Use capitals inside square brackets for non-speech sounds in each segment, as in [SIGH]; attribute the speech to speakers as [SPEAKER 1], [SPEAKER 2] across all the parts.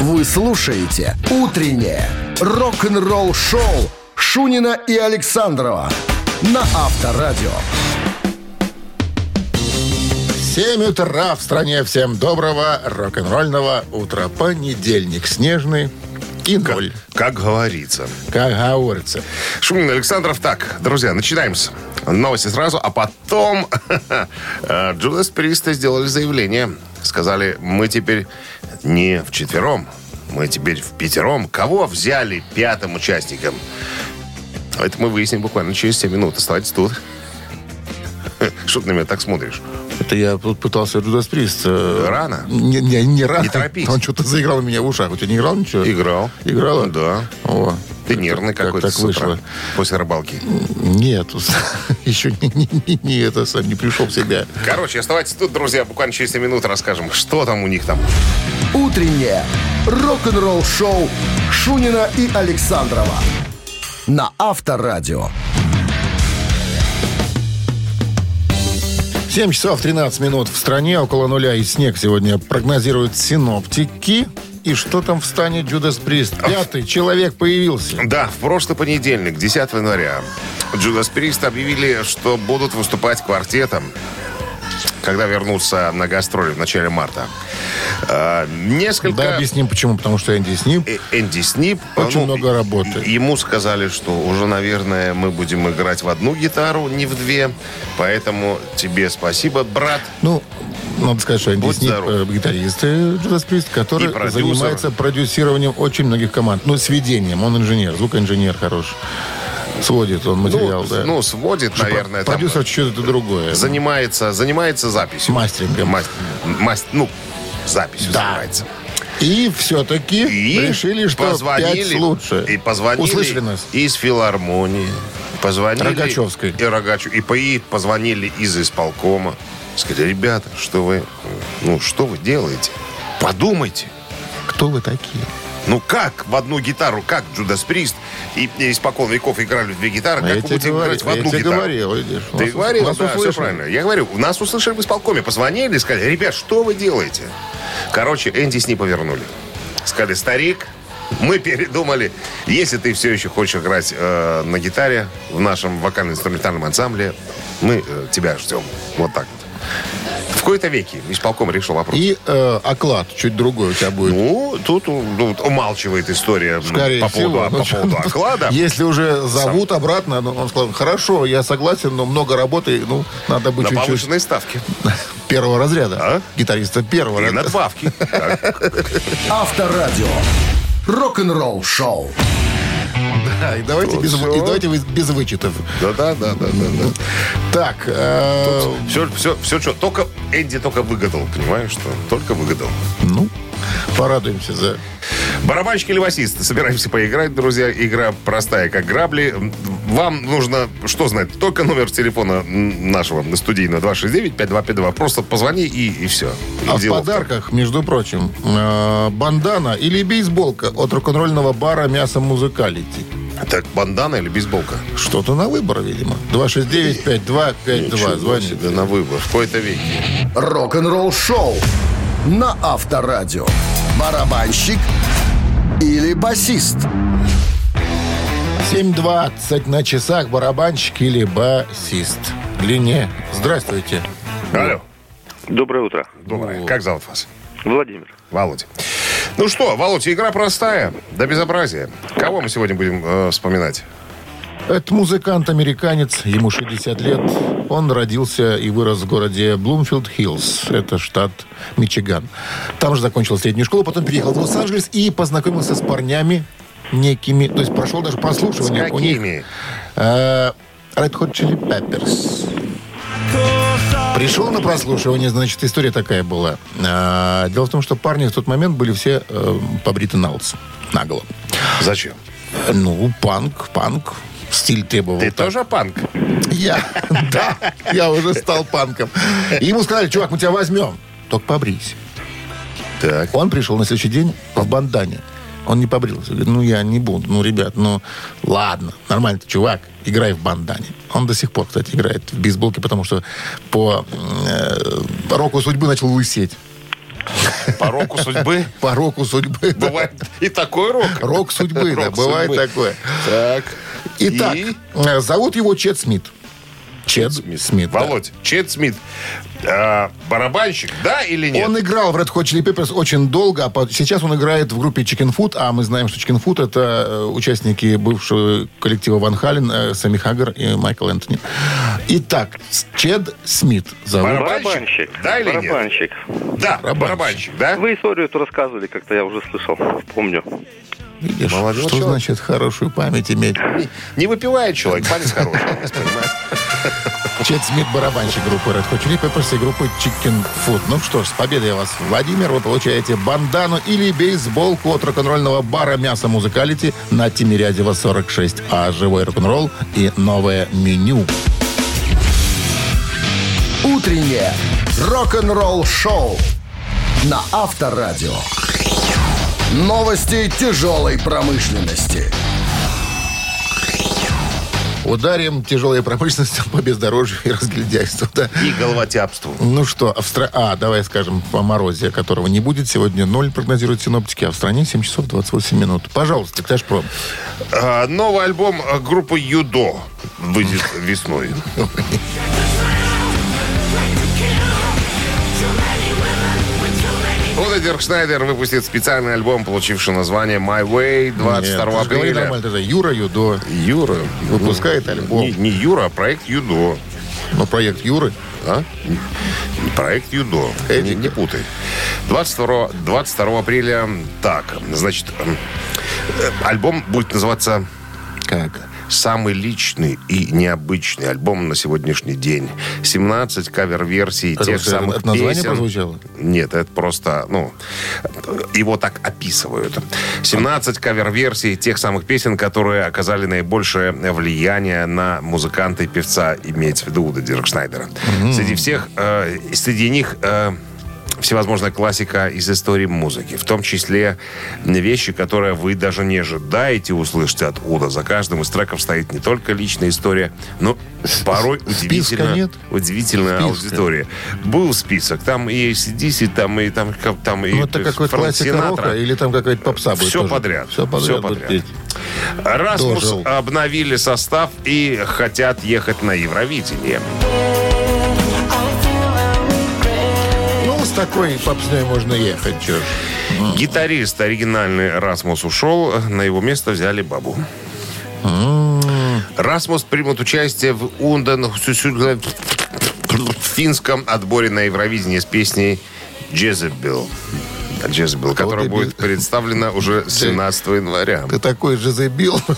[SPEAKER 1] Вы слушаете «Утреннее рок-н-ролл-шоу» Шунина и Александрова на Авторадио.
[SPEAKER 2] 7 утра в стране. Всем доброго рок-н-ролльного утра. Понедельник снежный и ноль,
[SPEAKER 3] Как говорится.
[SPEAKER 2] как говорится.
[SPEAKER 3] Шумин Александров. Так, друзья, начинаем с новости сразу, а потом [LAUGHS] Джудас Приста сделали заявление. Сказали, мы теперь не в четвером, мы теперь в пятером. Кого взяли пятым участником? Это мы выясним буквально через 7 минут. Оставайтесь тут. [LAUGHS] Что ты на меня так смотришь?
[SPEAKER 2] Это я тут пытался Джудас Прист. э,
[SPEAKER 3] Рано.
[SPEAKER 2] Не, не, не рано.
[SPEAKER 3] Не торопись.
[SPEAKER 2] Он что-то заиграл у меня в ушах. У тебя не играл ничего?
[SPEAKER 3] Играл. Ну
[SPEAKER 2] Играла?
[SPEAKER 3] Да.
[SPEAKER 2] О.
[SPEAKER 3] Ты нервный
[SPEAKER 2] как
[SPEAKER 3] какой-то
[SPEAKER 2] так
[SPEAKER 3] с утра,
[SPEAKER 2] вышло?
[SPEAKER 3] После рыбалки.
[SPEAKER 2] Нет, [LAUGHS] еще не, не, не- не это сам не пришел в себя.
[SPEAKER 3] Короче, оставайтесь тут, друзья. Буквально через 7 минут расскажем, что там у них там.
[SPEAKER 1] «Утреннее рок-н-ролл-шоу» Шунина и Александрова на Авторадио.
[SPEAKER 2] 7 часов 13 минут в стране, около нуля и снег сегодня прогнозируют синоптики. И что там встанет Джудас Прист? Пятый человек появился.
[SPEAKER 3] Да, в прошлый понедельник, 10 января, Джудас Прист объявили, что будут выступать квартетом, когда вернутся на гастроли в начале марта. Э, несколько...
[SPEAKER 2] Да, объясним почему, потому что Энди с ним.
[SPEAKER 3] Э, Энди Снип.
[SPEAKER 2] Очень много работы.
[SPEAKER 3] и- Ему сказали, что уже, наверное, мы будем играть в одну гитару, не в две. Поэтому тебе спасибо, брат.
[SPEAKER 2] Ну, надо сказать, что Энди
[SPEAKER 3] Будь
[SPEAKER 2] Снип,
[SPEAKER 3] здоров.
[SPEAKER 2] э, гитарист э, Джудас Прист, который
[SPEAKER 3] И продюсер.
[SPEAKER 2] занимается продюсированием очень многих команд. Ну, сведением. Он инженер, звукоинженер хорош. Сводит он материал,
[SPEAKER 3] ну,
[SPEAKER 2] да.
[SPEAKER 3] ну, сводит,
[SPEAKER 2] Что
[SPEAKER 3] наверное,
[SPEAKER 2] про-
[SPEAKER 3] там, э,
[SPEAKER 2] Продюсер что-то другое.
[SPEAKER 3] занимается, занимается записью.
[SPEAKER 2] Мастерингом.
[SPEAKER 3] Мас- мас- ну, записью
[SPEAKER 2] Да.
[SPEAKER 3] занимается.
[SPEAKER 2] И все-таки
[SPEAKER 3] И
[SPEAKER 2] решили, что
[SPEAKER 3] позвонили,
[SPEAKER 2] пять лучше.
[SPEAKER 3] И позвонили
[SPEAKER 2] Услышали нас.
[SPEAKER 3] из филармонии. Позвонили.
[SPEAKER 2] Рогачевской.
[SPEAKER 3] И, Рогачу, и, по- и позвонили из исполкома. Сказали, ребята, что вы, ну, что вы делаете? Подумайте.
[SPEAKER 2] Кто вы такие?
[SPEAKER 3] Ну как в одну гитару, как Джудас Прист и, и испокон веков играли в две гитары,
[SPEAKER 2] А
[SPEAKER 3] как
[SPEAKER 2] я
[SPEAKER 3] вы
[SPEAKER 2] тебе
[SPEAKER 3] будете
[SPEAKER 2] говорю,
[SPEAKER 3] играть в
[SPEAKER 2] я
[SPEAKER 3] одну
[SPEAKER 2] тебе
[SPEAKER 3] гитару?
[SPEAKER 2] говорил, видишь,
[SPEAKER 3] Ты
[SPEAKER 2] нас-
[SPEAKER 3] говорил,
[SPEAKER 2] нас
[SPEAKER 3] да, все
[SPEAKER 2] услышали.
[SPEAKER 3] правильно. Я говорю, у нас услышали в исполкоме, позвонили, сказали, ребят, что вы делаете? Короче, Энди с ней повернули. Сказали, старик, мы передумали. Если ты все еще хочешь играть э, на гитаре в нашем вокально-инструментальном ансамбле, мы э, тебя ждем. Вот так вот. В кои-то веке исполком решил вопрос.
[SPEAKER 2] И э, оклад чуть другой у тебя будет.
[SPEAKER 3] Ну, тут ум- ну, умалчивает история м,
[SPEAKER 2] Скорее
[SPEAKER 3] по поводу,
[SPEAKER 2] всего.
[SPEAKER 3] по
[SPEAKER 2] Ну, что,
[SPEAKER 3] поводу оклада.
[SPEAKER 2] Если уже зовут обратно, ну, он сказал, хорошо, я согласен, но много работы, ну, надо быть
[SPEAKER 3] На
[SPEAKER 2] чуть-чуть
[SPEAKER 3] повышенной ставке.
[SPEAKER 2] первого разряда.
[SPEAKER 3] А?
[SPEAKER 2] Гитариста первого
[SPEAKER 3] И
[SPEAKER 2] разряда. [LAUGHS]
[SPEAKER 3] надбавки. Так.
[SPEAKER 1] Авторадио. Рок-н-ролл-шоу.
[SPEAKER 2] Да, и давайте, без,
[SPEAKER 3] всё.
[SPEAKER 2] и давайте вы- без вычетов.
[SPEAKER 3] Да-да-да-да-да.
[SPEAKER 2] Так, э,
[SPEAKER 3] Все, все, все, что. Только Энди только выгадал, понимаешь, что? Только выгадал.
[SPEAKER 2] ну, порадуемся за...
[SPEAKER 3] Барабанщик или басист? Собираемся поиграть, друзья. Игра простая, как грабли. М, Вам нужно, что знать, только номер телефона м, нашего студийного 269-5252. Просто позвони и, и все.
[SPEAKER 2] А в подарках, между прочим, э, бандана или бейсболка от рок-н-ролльного бара «Мясо Музыкалити».
[SPEAKER 3] Так, бандана или бейсболка?
[SPEAKER 2] Что-то на выбор, видимо. 269-5252.
[SPEAKER 3] Ничего
[SPEAKER 2] Звоните.
[SPEAKER 3] себе, на выбор. В кои-то веке.
[SPEAKER 1] Рок-н-ролл-шоу на Авторадио. Барабанщик или басист?
[SPEAKER 2] 7.20 на часах барабанщик или басист. Длине. Здравствуйте.
[SPEAKER 3] Алло.
[SPEAKER 4] Доброе утро.
[SPEAKER 3] Доброе. Как зовут вас?
[SPEAKER 4] Владимир.
[SPEAKER 3] Володя. Ну что, Володя, игра простая, до безобразия. Кого мы сегодня будем э, вспоминать?
[SPEAKER 2] Это музыкант-американец, ему 60 лет. Он родился и вырос в городе Блумфилд-Хиллз. Это штат Мичиган. Там же закончил среднюю школу, потом переехал в Лос-Анджелес и познакомился с парнями некими... То есть прошел даже прослушивание у них. Э, Red Hot Chili Peppers. Пришел на прослушивание, значит, история такая была. Э, Дело в том, что парни в тот момент были все э, побриты на лысо, наголо.
[SPEAKER 3] Зачем?
[SPEAKER 2] Ну, панк, панк. Стиль требовал.
[SPEAKER 3] Ты
[SPEAKER 2] так.
[SPEAKER 3] тоже панк?
[SPEAKER 2] Я, [LAUGHS] да, я уже стал панком. И ему сказали, чувак, мы тебя возьмем. Только побрись.
[SPEAKER 3] Так.
[SPEAKER 2] Он пришел на следующий день в бандане. Он не побрился. Говорит, ну я не буду. Ну, ребят, ну ладно, нормально ты, чувак, играй в бандане. Он до сих пор, кстати, играет в бейсболке, потому что по э, року судьбы начал лысеть.
[SPEAKER 3] Пороку судьбы.
[SPEAKER 2] По року судьбы. да.
[SPEAKER 3] [LAUGHS] Бывает и такой рок.
[SPEAKER 2] Рок судьбы, да,
[SPEAKER 3] Рок
[SPEAKER 2] бывает
[SPEAKER 3] судьбы.
[SPEAKER 2] такое.
[SPEAKER 3] Так.
[SPEAKER 2] Итак,
[SPEAKER 3] И
[SPEAKER 2] э, зовут его Чет Смит. Чет Смит. да.
[SPEAKER 3] Володь, Чет Смит. А, барабанщик, да или нет?
[SPEAKER 2] Он играл в Red Hot Chili Peppers очень долго, а по- сейчас он играет в группе Chicken Food, а мы знаем, что Chicken Food это э, участники бывшего коллектива Ван Хален, э, Сэмми Хаггар и Майкл Энтони. Итак, с- Чед Смит зовут.
[SPEAKER 3] Барабанщик, да или нет?
[SPEAKER 4] барабанщик.
[SPEAKER 3] Да, барабанщик, да?
[SPEAKER 4] Вы историю эту рассказывали как-то, я уже слышал, помню.
[SPEAKER 2] Видишь,
[SPEAKER 3] молодой
[SPEAKER 2] что
[SPEAKER 3] человек.
[SPEAKER 2] значит хорошую память иметь?
[SPEAKER 3] Не выпивает человек, парень хороший. я понимаю.
[SPEAKER 2] Чет Смит барабанщик группы Red Hot Chili Peppers и группы Chicken Food. Ну что ж, с победой вас, Владимир. Вы получаете бандану или бейсболку от рок-н-ролльного бара «Мясо Музыкалити» на Тимирязева 46. А живой рок-н-ролл и новое меню.
[SPEAKER 1] Утреннее рок-н-ролл-шоу на Авторадио. Новости тяжелой промышленности.
[SPEAKER 2] Ударим тяжелой промышленностью [LAUGHS] по бездорожью и разгильдяйству. да.
[SPEAKER 3] И головотяпству.
[SPEAKER 2] Ну что, а в стра- а, давай скажем, по морозе, которого не будет. Сегодня ноль прогнозируют синоптики, а в стране 7 часов 28 минут. Пожалуйста, Тэшпром.
[SPEAKER 3] А, Новый альбом а, группы Юдо выйдет весной. Ода Диркшнайдер выпустит специальный альбом, получивший название My Way 22
[SPEAKER 2] Говори
[SPEAKER 3] апреля.
[SPEAKER 2] нормально, даже Юра Юдо.
[SPEAKER 3] Юра
[SPEAKER 2] Выпускает альбом.
[SPEAKER 3] Не, не Юра, а проект Юдо.
[SPEAKER 2] Ну, проект Юры.
[SPEAKER 3] А? Проект Юдо. Э, Не, не путай. 22, 22 апреля. Так, значит, эм, э, альбом будет называться
[SPEAKER 2] Как?
[SPEAKER 3] самый личный и необычный альбом на сегодняшний день. 17 кавер-версий
[SPEAKER 2] Это
[SPEAKER 3] тех
[SPEAKER 2] уже
[SPEAKER 3] самых
[SPEAKER 2] от названия
[SPEAKER 3] песен.
[SPEAKER 2] прозвучало?
[SPEAKER 3] Нет, это просто, ну, его так описывают. 17 кавер-версий тех самых песен, которые оказали наибольшее влияние на музыканта и певца, имеется в виду Уда Диркшнайдера. Среди всех, э, среди них... э, всевозможная классика из истории музыки, в том числе вещи, которые вы даже не ожидаете услышать от Уда. За каждым из треков стоит не только личная история, но порой удивительно,
[SPEAKER 2] нет?
[SPEAKER 3] удивительная
[SPEAKER 2] Списка.
[SPEAKER 3] аудитория. Был список, там и ACDC, там и там, как- там и
[SPEAKER 2] Ну, это
[SPEAKER 3] э,
[SPEAKER 2] какой-то
[SPEAKER 3] Фрэнк
[SPEAKER 2] классика
[SPEAKER 3] Синатра.
[SPEAKER 2] рока или там какая-то попса будет
[SPEAKER 3] Всё
[SPEAKER 2] тоже?
[SPEAKER 3] подряд.
[SPEAKER 2] Все подряд.
[SPEAKER 3] Всё
[SPEAKER 2] будет
[SPEAKER 3] подряд.
[SPEAKER 2] петь.
[SPEAKER 3] Расмус
[SPEAKER 2] Дожил.
[SPEAKER 3] обновили состав и хотят ехать на Евровидение.
[SPEAKER 2] Ну, с такой попсной можно ехать, чё ж.
[SPEAKER 3] Гитарист оригинальный Расмус ушел, на его место взяли бабу.
[SPEAKER 2] А.
[SPEAKER 3] Расмус примут участие в Унден э, финском отборе на Евровидении с песней «Джезебел». «Джезебел», которая
[SPEAKER 2] бил?
[SPEAKER 3] будет представлена уже 17 января.
[SPEAKER 2] Ты такой же забил. [LAUGHS]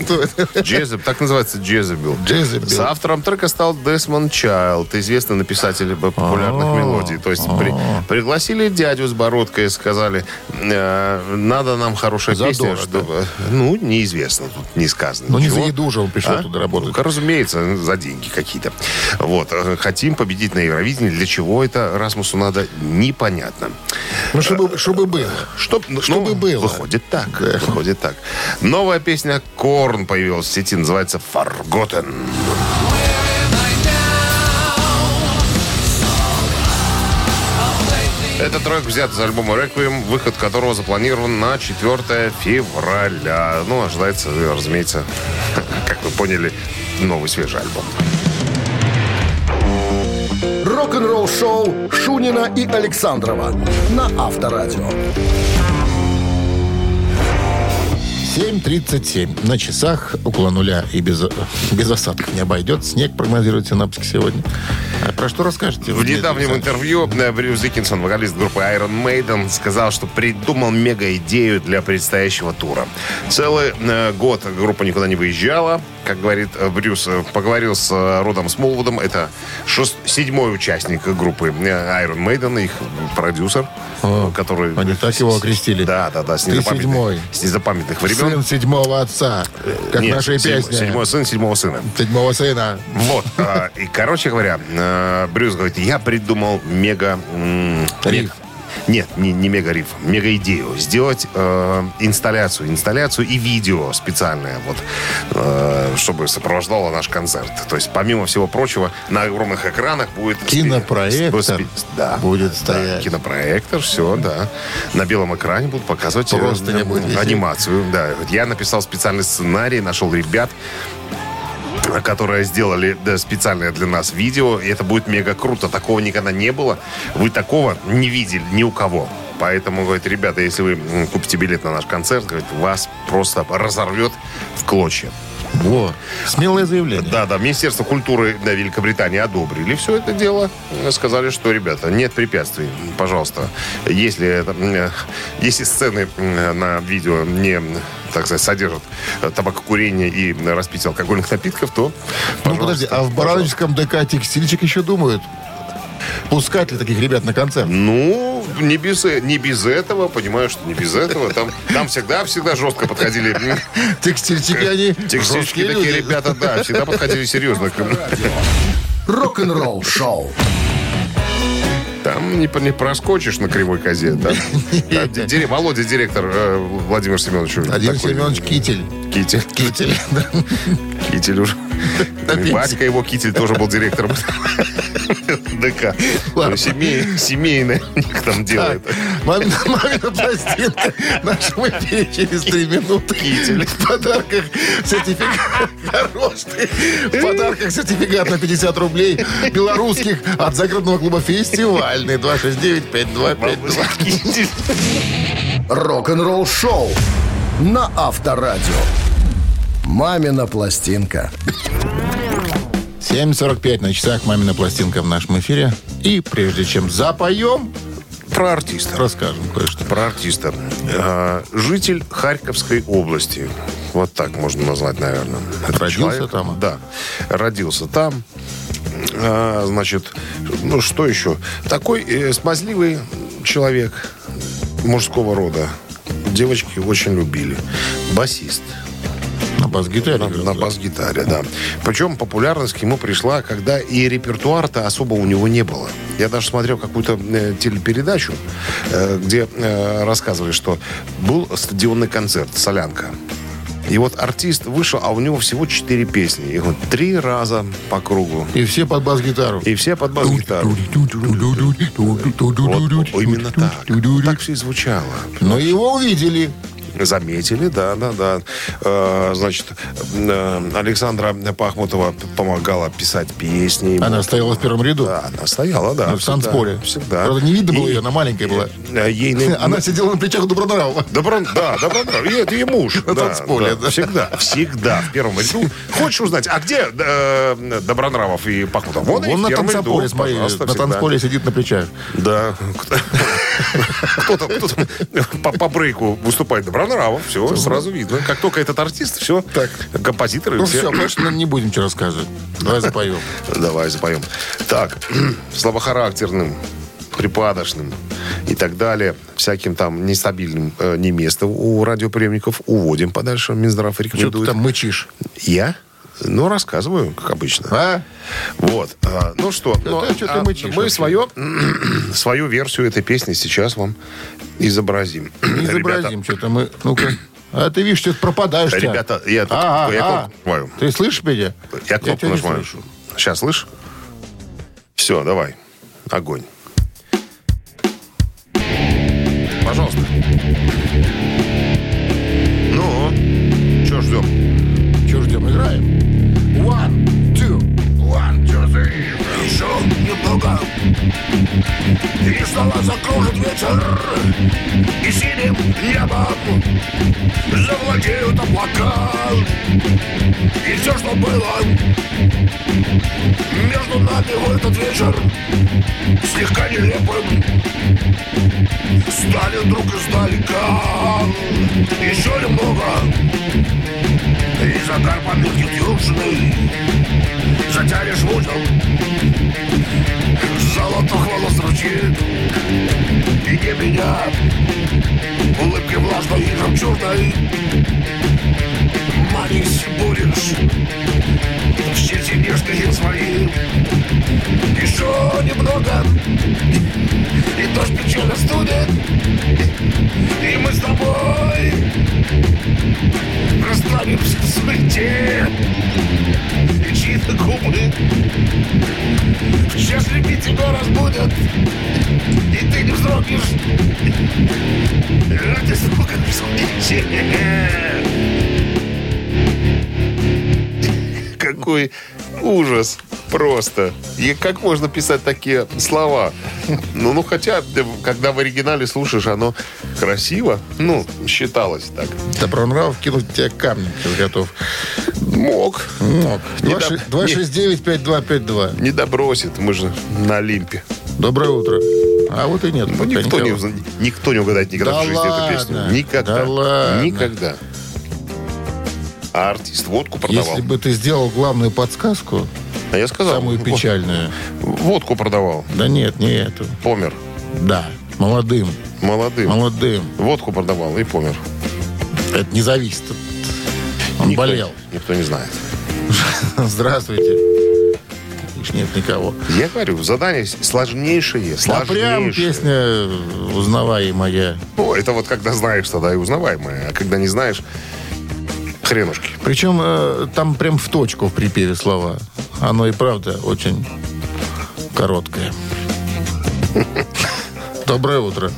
[SPEAKER 2] Кто это?
[SPEAKER 3] Джезеб, так называется Джезебел.
[SPEAKER 2] Джезебел.
[SPEAKER 3] За автором трека стал Десмон Чайлд, известный написатель б- популярных мелодий. То есть при- пригласили дядю с бородкой и сказали, «Э, надо нам хорошая песня,
[SPEAKER 2] Задорого.
[SPEAKER 3] чтобы... Ну, неизвестно, тут не сказано.
[SPEAKER 2] Ну, не за
[SPEAKER 3] ничего.
[SPEAKER 2] еду же он пришел
[SPEAKER 3] А?
[SPEAKER 2] туда работать.
[SPEAKER 3] Ну-ка, разумеется, за деньги какие-то. Вот, э, хотим победить на Евровидении. Для чего это Расмусу надо, непонятно.
[SPEAKER 2] Ну, чтобы, чтобы было.
[SPEAKER 3] Чтоб, ну,
[SPEAKER 2] Чтобы было.
[SPEAKER 3] Выходит так. Выходит так. Новая песня Корн появилась в сети, называется Forgotten. Этот трек взят из альбома Requiem, выход которого запланирован на 4 февраля. Ну, ожидается, разумеется, [LAUGHS] как вы поняли, новый свежий альбом.
[SPEAKER 1] Рок-н-ролл-шоу Шунина и Александрова на Авторадио.
[SPEAKER 2] 7.37 на часах, около нуля и без, без осадков не обойдет. Снег прогнозирует синаптик сегодня. А про что расскажете?
[SPEAKER 3] В недавнем интервью э, Брюс Диккинсон, вокалист группы Iron Maiden, сказал, что придумал мега-идею для предстоящего тура. Целый э, год группа никуда не выезжала. Как говорит э, Брюс, э, поговорил с э, Родом Смолвудом. Это шест- седьмой участник группы э, Iron Maiden, их продюсер,
[SPEAKER 2] О,
[SPEAKER 3] который...
[SPEAKER 2] А, они так его окрестили.
[SPEAKER 3] Да, да, да. С
[SPEAKER 2] Ты
[SPEAKER 3] незапамятных,
[SPEAKER 2] седьмой.
[SPEAKER 3] С незапамятных времен.
[SPEAKER 2] Сын седьмого отца, как
[SPEAKER 3] Нет,
[SPEAKER 2] наша
[SPEAKER 3] седьмой-
[SPEAKER 2] песня.
[SPEAKER 3] Седьмой сын седьмого сына.
[SPEAKER 2] Седьмого сына.
[SPEAKER 3] Вот. а, И, короче говоря, э, Брюс говорит, я придумал мега... м,
[SPEAKER 2] Риф.
[SPEAKER 3] мег- Нет, не, не мега-риф, мега-идею. Сделать э, инсталляцию, инсталляцию и видео специальное, вот, э, чтобы сопровождало наш концерт. То есть, помимо всего прочего, на огромных экранах будет... спи-
[SPEAKER 2] Кинопроектор
[SPEAKER 3] спи- да,
[SPEAKER 2] будет
[SPEAKER 3] да,
[SPEAKER 2] стоять.
[SPEAKER 3] кинопроектор, все, да. На белом экране будут показывать э,
[SPEAKER 2] Просто не будет висеть.
[SPEAKER 3] анимацию. Да, Вот я написал специальный сценарий, нашел ребят, которые сделали да, специальное для нас видео. И это будет мега круто. Такого никогда не было. Вы такого не видели ни у кого. Поэтому, говорит, ребята, если вы м, купите билет на наш концерт, говорит, вас просто разорвет в клочья.
[SPEAKER 2] Во, смелое заявление.
[SPEAKER 3] Да, да, Министерство культуры да, Великобритании одобрили все это дело. Сказали, что, ребята, нет препятствий, пожалуйста. Если, это, м, э, если сцены м, на видео не, так сказать, содержат э, табакокурение и распитие алкогольных напитков, то,
[SPEAKER 2] Ну подожди, а в
[SPEAKER 3] пожалуйста.
[SPEAKER 2] Барановичском ДК текстильчик еще думают, пускать ли таких ребят на концерт?
[SPEAKER 3] Ну, не без, э- не без этого, понимаю, что не без этого. Там, там всегда, всегда жестко подходили м,
[SPEAKER 2] Текстильчики они
[SPEAKER 3] текстильщики,
[SPEAKER 2] жесткие
[SPEAKER 3] такие
[SPEAKER 2] люди.
[SPEAKER 3] ребята, да, всегда подходили
[SPEAKER 2] [LAUGHS]
[SPEAKER 3] серьезно. к-
[SPEAKER 1] Рок-н-ролл шоу.
[SPEAKER 3] Там не, по- не проскочишь на кривой
[SPEAKER 2] [LAUGHS]
[SPEAKER 3] козе. да. Да, ди- дире- Володя, директор э, Владимир Семенович.
[SPEAKER 2] Владимир
[SPEAKER 3] такой,
[SPEAKER 2] Семенович Китель.
[SPEAKER 3] Китель.
[SPEAKER 2] Китель, да. [LAUGHS]
[SPEAKER 3] Китель уже.
[SPEAKER 2] На
[SPEAKER 3] И
[SPEAKER 2] пенсии.
[SPEAKER 3] Батька его, Китель, тоже был директором [LAUGHS] ДК.
[SPEAKER 2] Ладно.
[SPEAKER 3] Ну, семей- Семейное у них там делает.
[SPEAKER 2] Мамина, мамина пластинка в нашем эфире через три минуты.
[SPEAKER 3] Китель.
[SPEAKER 2] В подарках сертификат. Хорош ты. В подарках сертификат на 50 рублей белорусских от загородного клуба «Фестивальный». 269-5252.
[SPEAKER 3] Китель.
[SPEAKER 1] Рок-н-ролл шоу на Авторадио. Мамина пластинка.
[SPEAKER 2] 7.45 на часах «Мамина пластинка» в нашем эфире. И прежде чем запоем,
[SPEAKER 3] Про артиста.
[SPEAKER 2] расскажем кое-что.
[SPEAKER 3] Про артиста. Э, Житель Харьковской области. Вот так можно назвать, наверное. этот
[SPEAKER 2] Родился там?
[SPEAKER 3] Да. Родился там. Э, Значит, ну что еще? Такой э, смазливый человек мужского рода. Девочки очень любили. Басист.
[SPEAKER 2] На бас-гитаре.
[SPEAKER 3] На, на бас-гитаре, да. Причем популярность к нему пришла, когда и репертуар-то особо у него не было. Я даже смотрел какую-то э, телепередачу, э, где э, рассказывали, что был стадионный концерт «Солянка». И вот артист вышел, а у него всего четыре песни. И вот три раза по кругу.
[SPEAKER 2] И все под бас-гитару.
[SPEAKER 3] И все под бас-гитару. Вот, о, именно так. Так все и звучало.
[SPEAKER 2] Но Ну, его увидели.
[SPEAKER 3] Заметили, да, да, да. Э, Значит, э, Александра Пахмутова помогала писать песни. ему.
[SPEAKER 2] Она стояла в первом ряду.
[SPEAKER 3] Да, она стояла, да.
[SPEAKER 2] Ну, в танцполе.
[SPEAKER 3] Всегда.
[SPEAKER 2] Правда, не видно было
[SPEAKER 3] И-
[SPEAKER 2] ее, она маленькая была.
[SPEAKER 3] э, Ей... на-
[SPEAKER 2] [LAUGHS] Она сидела на плечах Добронравова.
[SPEAKER 3] Добро, да, добро, да. И это ее муж.
[SPEAKER 2] На
[SPEAKER 3] да,
[SPEAKER 2] танцполе, да.
[SPEAKER 3] Всегда, всегда в первом ряду. Ну, Хочешь узнать, а где э, Добронравов и Пахмутов? Вон, они
[SPEAKER 2] Он
[SPEAKER 3] в
[SPEAKER 2] на
[SPEAKER 3] первом ряду,
[SPEAKER 2] танцполе, смотри,
[SPEAKER 3] пожалуйста,
[SPEAKER 2] на
[SPEAKER 3] всегда.
[SPEAKER 2] танцполе сидит на плечах.
[SPEAKER 3] Да. Кто-то кто-то по, по брейку выступает Добронравов, все, сразу видно. Как только этот артист, все,
[SPEAKER 2] Так.
[SPEAKER 3] композиторы,
[SPEAKER 2] Ну
[SPEAKER 3] все.
[SPEAKER 2] все, больше нам не будем что рассказывать. Давай
[SPEAKER 3] [LAUGHS]
[SPEAKER 2] запоем.
[SPEAKER 3] Давай запоем. Так, [CLEARS THROAT] слабохарактерным, припадочным и так далее, всяким там нестабильным э, не место у радиоприемников уводим подальше. Минздрав
[SPEAKER 2] Что ты
[SPEAKER 3] рекомендует.
[SPEAKER 2] там мычишь?
[SPEAKER 3] Я? Ну, рассказываю, как обычно.
[SPEAKER 2] А?
[SPEAKER 3] Вот. а, ну что, ну,
[SPEAKER 2] да, чё ты
[SPEAKER 3] а,
[SPEAKER 2] мычишь
[SPEAKER 3] мы
[SPEAKER 2] вообще?
[SPEAKER 3] свое, [CLEARS THROAT] свою версию этой песни сейчас вам изобразим.
[SPEAKER 2] Не изобразим что-то мы. Ну-ка. А ты видишь, что-то пропадаешь. ты.
[SPEAKER 3] Ребята, я тут-
[SPEAKER 2] А, а,
[SPEAKER 3] я
[SPEAKER 2] а.
[SPEAKER 3] кнопку нажимаю.
[SPEAKER 2] Ты слышишь меня?
[SPEAKER 3] Ребята, я кнопку
[SPEAKER 2] тебя не
[SPEAKER 3] нажимаю.
[SPEAKER 2] слышу.
[SPEAKER 3] Сейчас, слышь? Все, давай. Огонь. Пожалуйста. Ну, что ждем?
[SPEAKER 2] Чего ждем? Играем.
[SPEAKER 1] One, two, one, two, three. Еще немного. И снова закружит вечер. И синим небом завладеют облака. И все, что было между нами в этот вечер, слегка нелепым, стали друг издалека. Еще немного. И загар помилки южный Затянешь в узел Золотых волос ручит И не меня Улыбки влажной и жемчужной
[SPEAKER 5] Манить будешь В щите нежные свои Еще немного И дождь печально студит И мы с тобой Расстанемся в суете И чьи-то губы В час любви тебя разбудят И ты не вздрогнешь А ты, сука, вспомните
[SPEAKER 3] Какой ужас просто. И как можно писать такие слова? Ну, ну хотя, э, когда в оригинале слушаешь, оно красиво. Ну, считалось так.
[SPEAKER 2] Добронрав кинуть тебя камнем, ты готов.
[SPEAKER 3] Мог.
[SPEAKER 2] Мог.
[SPEAKER 3] Не
[SPEAKER 2] Два ши-
[SPEAKER 3] доб-
[SPEAKER 2] 269-5252.
[SPEAKER 3] Не добросит, мы же на Олимпе.
[SPEAKER 2] Доброе утро. А вот и нет.
[SPEAKER 3] Ну,
[SPEAKER 2] пока
[SPEAKER 3] никто не,
[SPEAKER 2] никого.
[SPEAKER 3] уз- никто не угадает никогда
[SPEAKER 2] Да
[SPEAKER 3] в жизни
[SPEAKER 2] ладно,
[SPEAKER 3] эту песню. Никогда.
[SPEAKER 2] да ладно.
[SPEAKER 3] Никогда. А артист водку продавал.
[SPEAKER 2] Если бы ты сделал главную подсказку,
[SPEAKER 3] А я сказал,
[SPEAKER 2] самую
[SPEAKER 3] вот-
[SPEAKER 2] печальную.
[SPEAKER 3] водку продавал.
[SPEAKER 2] Да нет, не эту.
[SPEAKER 3] Помер.
[SPEAKER 2] Да. Молодым.
[SPEAKER 3] Молодым.
[SPEAKER 2] Молодым.
[SPEAKER 3] Водку продавал и помер.
[SPEAKER 2] Это не зависит. от- Он
[SPEAKER 3] Никто-
[SPEAKER 2] болел. [LAUGHS]
[SPEAKER 3] Никто не знает.
[SPEAKER 2] Здравствуйте. Уж нет никого.
[SPEAKER 3] Я говорю, задание с- сложнейшее.
[SPEAKER 2] Да прям
[SPEAKER 3] Сложнейшее.
[SPEAKER 2] песня э, узнаваемая.
[SPEAKER 3] Ну, это вот когда знаешь, тогда и узнаваемое. А когда не знаешь, хренушки.
[SPEAKER 2] Причем э, там прям в точку в припеве слова. Оно и правда очень
[SPEAKER 3] [LAUGHS]
[SPEAKER 2] короткое. Доброе утро.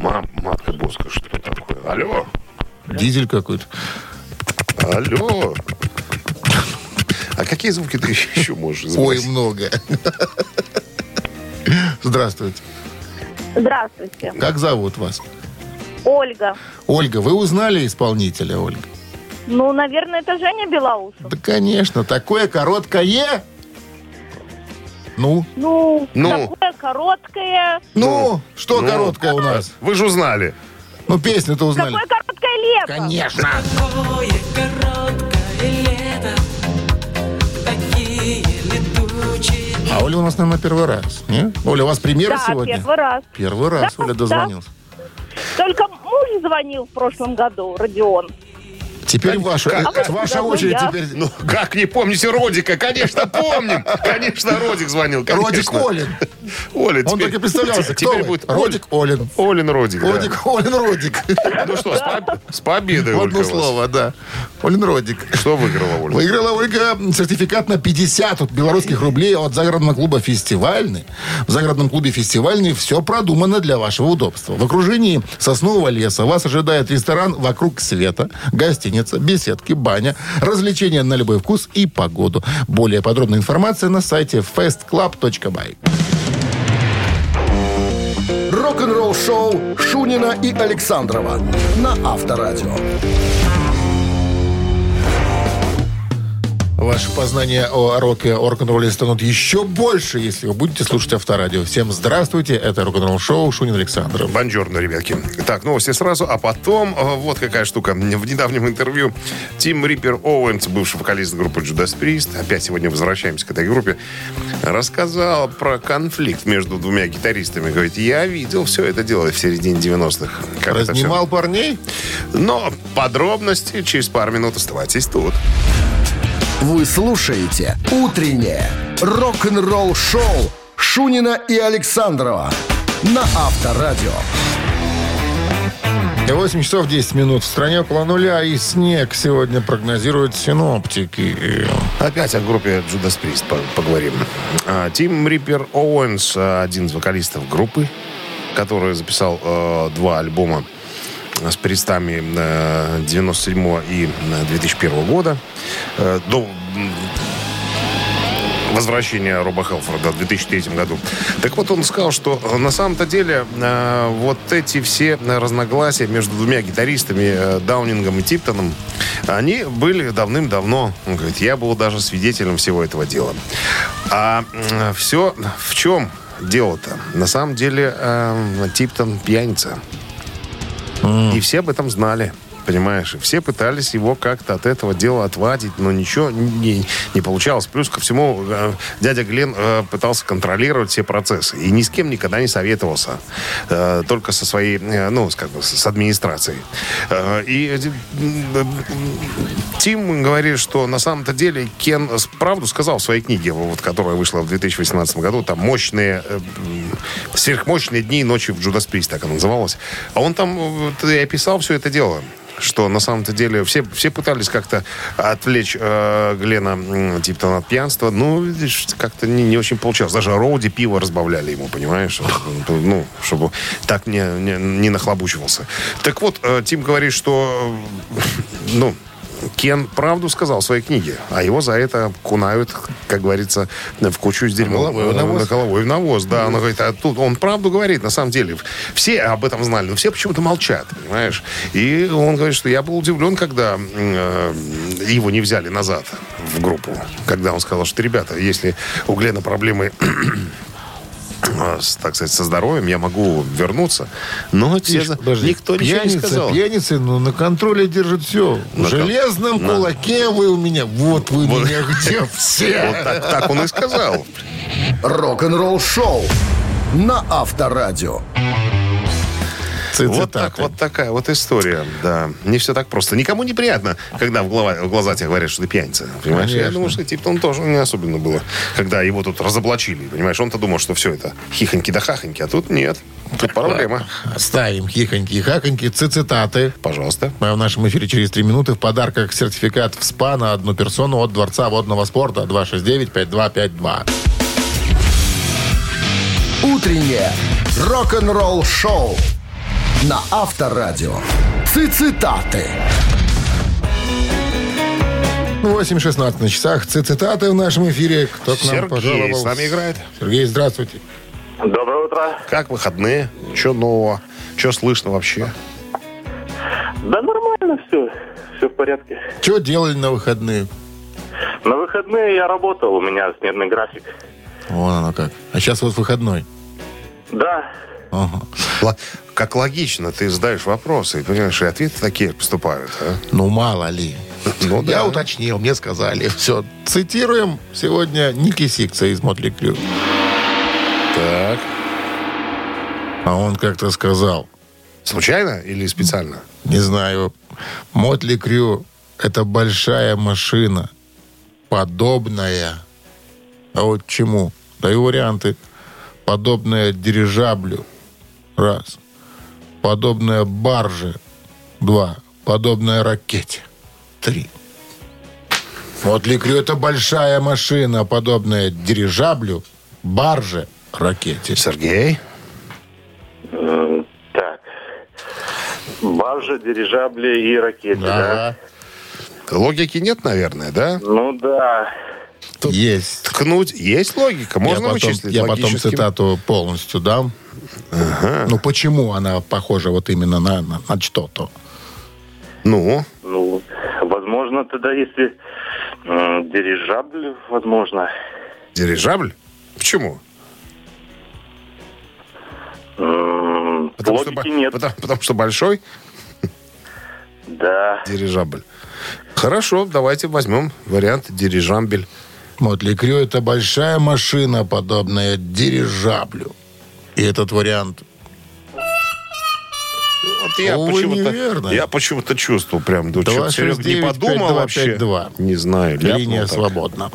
[SPEAKER 3] Мам, матка боска, что это такое? Алло,
[SPEAKER 2] Дизель какой-то.
[SPEAKER 3] алло. А какие звуки ты еще можешь
[SPEAKER 2] Ой,
[SPEAKER 3] изобразить?
[SPEAKER 2] много. Здравствуйте.
[SPEAKER 6] Здравствуйте.
[SPEAKER 2] Как зовут вас?
[SPEAKER 6] Ольга.
[SPEAKER 2] Ольга, вы узнали исполнителя, Ольга?
[SPEAKER 6] Ну, наверное, это Женя Белоусов.
[SPEAKER 2] Да, конечно. Такое короткое. Ну?
[SPEAKER 6] Ну,
[SPEAKER 3] Ну.
[SPEAKER 6] такое короткое.
[SPEAKER 2] Ну, что
[SPEAKER 3] ну.
[SPEAKER 2] короткое у нас?
[SPEAKER 3] Вы же узнали.
[SPEAKER 2] Ну, песню-то узнали.
[SPEAKER 6] Какое короткое лето.
[SPEAKER 2] Конечно.
[SPEAKER 7] Такое короткое лето, такие летучие
[SPEAKER 2] А Оля у нас, наверное, первый раз. Не? Оля, у вас премьера
[SPEAKER 6] Да,
[SPEAKER 2] сегодня?
[SPEAKER 6] первый раз.
[SPEAKER 2] Первый раз
[SPEAKER 6] Да,
[SPEAKER 2] Оля
[SPEAKER 6] да.
[SPEAKER 2] дозвонилась.
[SPEAKER 6] Только муж звонил в прошлом году, Родион.
[SPEAKER 2] Теперь ваша,
[SPEAKER 3] как-
[SPEAKER 2] э,
[SPEAKER 6] как-
[SPEAKER 2] ваша
[SPEAKER 6] да, ну,
[SPEAKER 2] очередь
[SPEAKER 6] я.
[SPEAKER 2] теперь.
[SPEAKER 3] Ну, как не помните Родика? Конечно, помним. Конечно, Родик звонил. конечно.
[SPEAKER 2] Родик Олин.
[SPEAKER 3] Оля,
[SPEAKER 2] Он
[SPEAKER 3] теперь-
[SPEAKER 2] так и представлялся. Кто
[SPEAKER 3] Теперь
[SPEAKER 2] вы?
[SPEAKER 3] будет
[SPEAKER 2] Родик Олин.
[SPEAKER 3] Олин Родик. да.
[SPEAKER 2] Родик Олин Родик.
[SPEAKER 3] Ну что, с, по- с победой,
[SPEAKER 2] В
[SPEAKER 3] Ольга,
[SPEAKER 2] одно
[SPEAKER 3] вас.
[SPEAKER 2] слово, да. Олин Родик.
[SPEAKER 3] Что выиграла Ольга?
[SPEAKER 2] Выиграла Ольга сертификат на 50 белорусских рублей от загородного клуба «Фестивальный». В загородном клубе «Фестивальный» все продумано для вашего удобства. В окружении соснового леса вас ожидает ресторан «Вокруг света», гостиница, беседки, баня, развлечения на любой вкус и погоду. Более подробная информация на сайте festclub.by.
[SPEAKER 1] Рок-н-ролл шоу Шунина и Александрова на Авторадио.
[SPEAKER 2] Ваши познания о роке, о рок-н-ролле станут еще больше, если вы будете слушать Авторадио. Всем здравствуйте, это рок-н-ролл шоу Шунин Александров.
[SPEAKER 3] Бонжорно, ребятки. Так, новости сразу, а потом э, вот какая штука. В недавнем интервью Тим Риппер Оуэнс, бывший вокалист группы Judas Priest, опять сегодня возвращаемся к этой группе, рассказал про конфликт между двумя гитаристами. Говорит, я видел все это дело в середине 90-х. Как это всё.
[SPEAKER 2] Разнимал парней?
[SPEAKER 3] Но подробности через пару минут оставайтесь тут.
[SPEAKER 1] Вы слушаете «Утреннее рок-н-ролл-шоу» Шунина и Александрова на Авторадио.
[SPEAKER 2] 8 часов 10 минут в стране около нуля, и снег сегодня прогнозируют синоптики.
[SPEAKER 3] Опять о группе Judas Priest по- поговорим. А, Тим Риппер Оуэнс, а, один из вокалистов группы, который записал э, два альбома э, с пристами 97 и э, 2001 года. Э, до м, возвращения Роба Хелфорда в 2003 году. Так вот, он сказал, что э, на самом-то деле э, вот эти все э, разногласия между двумя гитаристами, э, Даунингом и Типтоном, они были давным-давно. Он говорит, я был даже свидетелем всего этого дела. А все в чем дело-то? На самом деле э, Типтон пьяница. И все об этом знали. понимаешь? И все пытались его как-то от этого дела отвадить, но ничего не, не получалось. Плюс ко всему, э, дядя Глен э, пытался контролировать все процессы и ни с кем никогда не советовался. Э, только со своей, э, ну, как бы, с администрацией. Э, и э, э, Тим говорит, что на самом-то деле Кен с- правду сказал в своей книге, вот, которая вышла в 2018 году, там «Мощные, э, м, сверхмощные дни и ночи в Джудас Прист», так она называлась. А он там э, вот и описал все это дело что на самом-то деле все, все пытались как-то отвлечь э, Глена м, типа там, от пьянства, но видишь, как-то не, не очень получалось. Даже Роуди пиво разбавляли ему, понимаешь? Ну, чтобы так не, не, не нахлобучивался. Так вот, э, Тим говорит, что э, ну, Кен правду сказал в своей книге, а его за это кунают, как говорится, в кучу с дерьмом.
[SPEAKER 2] Головой в навоз.
[SPEAKER 3] Э, головой в навоз, да. Он говорит, а тут он правду говорит, на самом деле. Все об этом знали, но все почему-то молчат, понимаешь? И он говорит, что я был удивлен, когда м, э, его не взяли назад в группу. Когда он сказал, что, ребята, если у Глена проблемы [CLEARS THROAT] э, с, так сказать, со здоровьем, я могу вернуться. Но те за- никто ничего не сказал.
[SPEAKER 2] Пьяницы, ну, на контроле держит все. В
[SPEAKER 3] На кон-
[SPEAKER 2] железном
[SPEAKER 3] на-
[SPEAKER 2] кулаке вы у меня. Вот вы у
[SPEAKER 3] Вот.
[SPEAKER 2] меня
[SPEAKER 3] [LAUGHS]
[SPEAKER 2] где
[SPEAKER 3] Вот
[SPEAKER 2] все.
[SPEAKER 3] так, так он и сказал.
[SPEAKER 1] Рок-н-ролл шоу на Авторадио.
[SPEAKER 3] Вот так,
[SPEAKER 2] Цитаты.
[SPEAKER 3] вот такая вот история, да. Не все так просто. Никому неприятно, когда в, глава- в глаза тебе говорят, что ты пьяница, понимаешь? Я
[SPEAKER 2] Конечно.
[SPEAKER 3] думаю, что типа он тоже не особенно было, когда его тут разоблачили, понимаешь? Он-то думал, что все это хихоньки да хахоньки, а тут нет. Тут проблема.
[SPEAKER 2] Ставим хихоньки и хаконьки. Ци- Цитаты.
[SPEAKER 3] Пожалуйста.
[SPEAKER 2] Мы в нашем эфире через три минуты. В подарках сертификат в СПА на одну персону от Дворца водного спорта 269-5252.
[SPEAKER 1] Утреннее рок-н-ролл шоу на Авторадио. Цитаты.
[SPEAKER 2] 8.16 на часах. Ци- Цитаты в нашем эфире. Кто к нам
[SPEAKER 3] Сергей
[SPEAKER 2] пожаловал?
[SPEAKER 3] с нами играет.
[SPEAKER 2] Сергей, здравствуйте.
[SPEAKER 4] Доброе утро.
[SPEAKER 3] Как выходные? Че нового? Че слышно вообще?
[SPEAKER 4] Да нормально все. Все в порядке.
[SPEAKER 2] Что делали на выходные?
[SPEAKER 4] На выходные я работал, у меня сменный график.
[SPEAKER 2] Вон оно как. А сейчас вот выходной.
[SPEAKER 4] Да,
[SPEAKER 2] Ага.
[SPEAKER 3] Л- Как логично, ты задаешь вопросы, и, понимаешь, и ответы такие поступают. а?
[SPEAKER 2] Ну, мало ли.
[SPEAKER 3] Ну да.
[SPEAKER 2] Я уточнил, мне сказали. Все, цитируем сегодня Ники Сикса из Мотли Крю.
[SPEAKER 3] Так.
[SPEAKER 2] А он как-то сказал,
[SPEAKER 3] Случайно или специально?
[SPEAKER 2] не знаю, Мотли Крю – это большая машина, подобная. А вот чему? Даю варианты. Подобная дирижаблю – раз. Подобная барже – два. Подобная ракете – три. Мотли Крю – это большая машина, подобная дирижаблю, барже, ракете.
[SPEAKER 3] Сергей?
[SPEAKER 4] так. Баржа, дирижабли и ракеты,
[SPEAKER 2] Да,
[SPEAKER 3] Логики нет, наверное, да?
[SPEAKER 4] Ну да.
[SPEAKER 2] есть.
[SPEAKER 3] ткнуть. Есть логика, можно
[SPEAKER 2] я потом,
[SPEAKER 3] вычислить
[SPEAKER 2] я потом
[SPEAKER 3] логическим.
[SPEAKER 2] цитату полностью дам. Ну, почему она похожа вот именно на, на, на что-то?
[SPEAKER 3] Ну,
[SPEAKER 4] Ну, возможно, тогда если м, дирижабль, возможно.
[SPEAKER 3] дирижабль? Почему?
[SPEAKER 4] М,
[SPEAKER 3] что,
[SPEAKER 4] Логики
[SPEAKER 3] бо-
[SPEAKER 4] нет.
[SPEAKER 3] Потому, потому что большой
[SPEAKER 4] Да.
[SPEAKER 3] дирижабль. Хорошо, давайте возьмем вариант дирижамбель.
[SPEAKER 2] Мотли Крю – это большая машина, подобная дирижаблю. И этот вариант
[SPEAKER 3] Вот я
[SPEAKER 2] Увы,
[SPEAKER 3] почему-то
[SPEAKER 2] неверно.
[SPEAKER 3] я почему-то чувствовал прям,
[SPEAKER 2] ну,
[SPEAKER 3] да, чё-то, Серёг, не
[SPEAKER 2] 269-5252.
[SPEAKER 3] подумал вообще. Не знаю,
[SPEAKER 2] линия
[SPEAKER 3] ляпнул так.
[SPEAKER 2] свободна.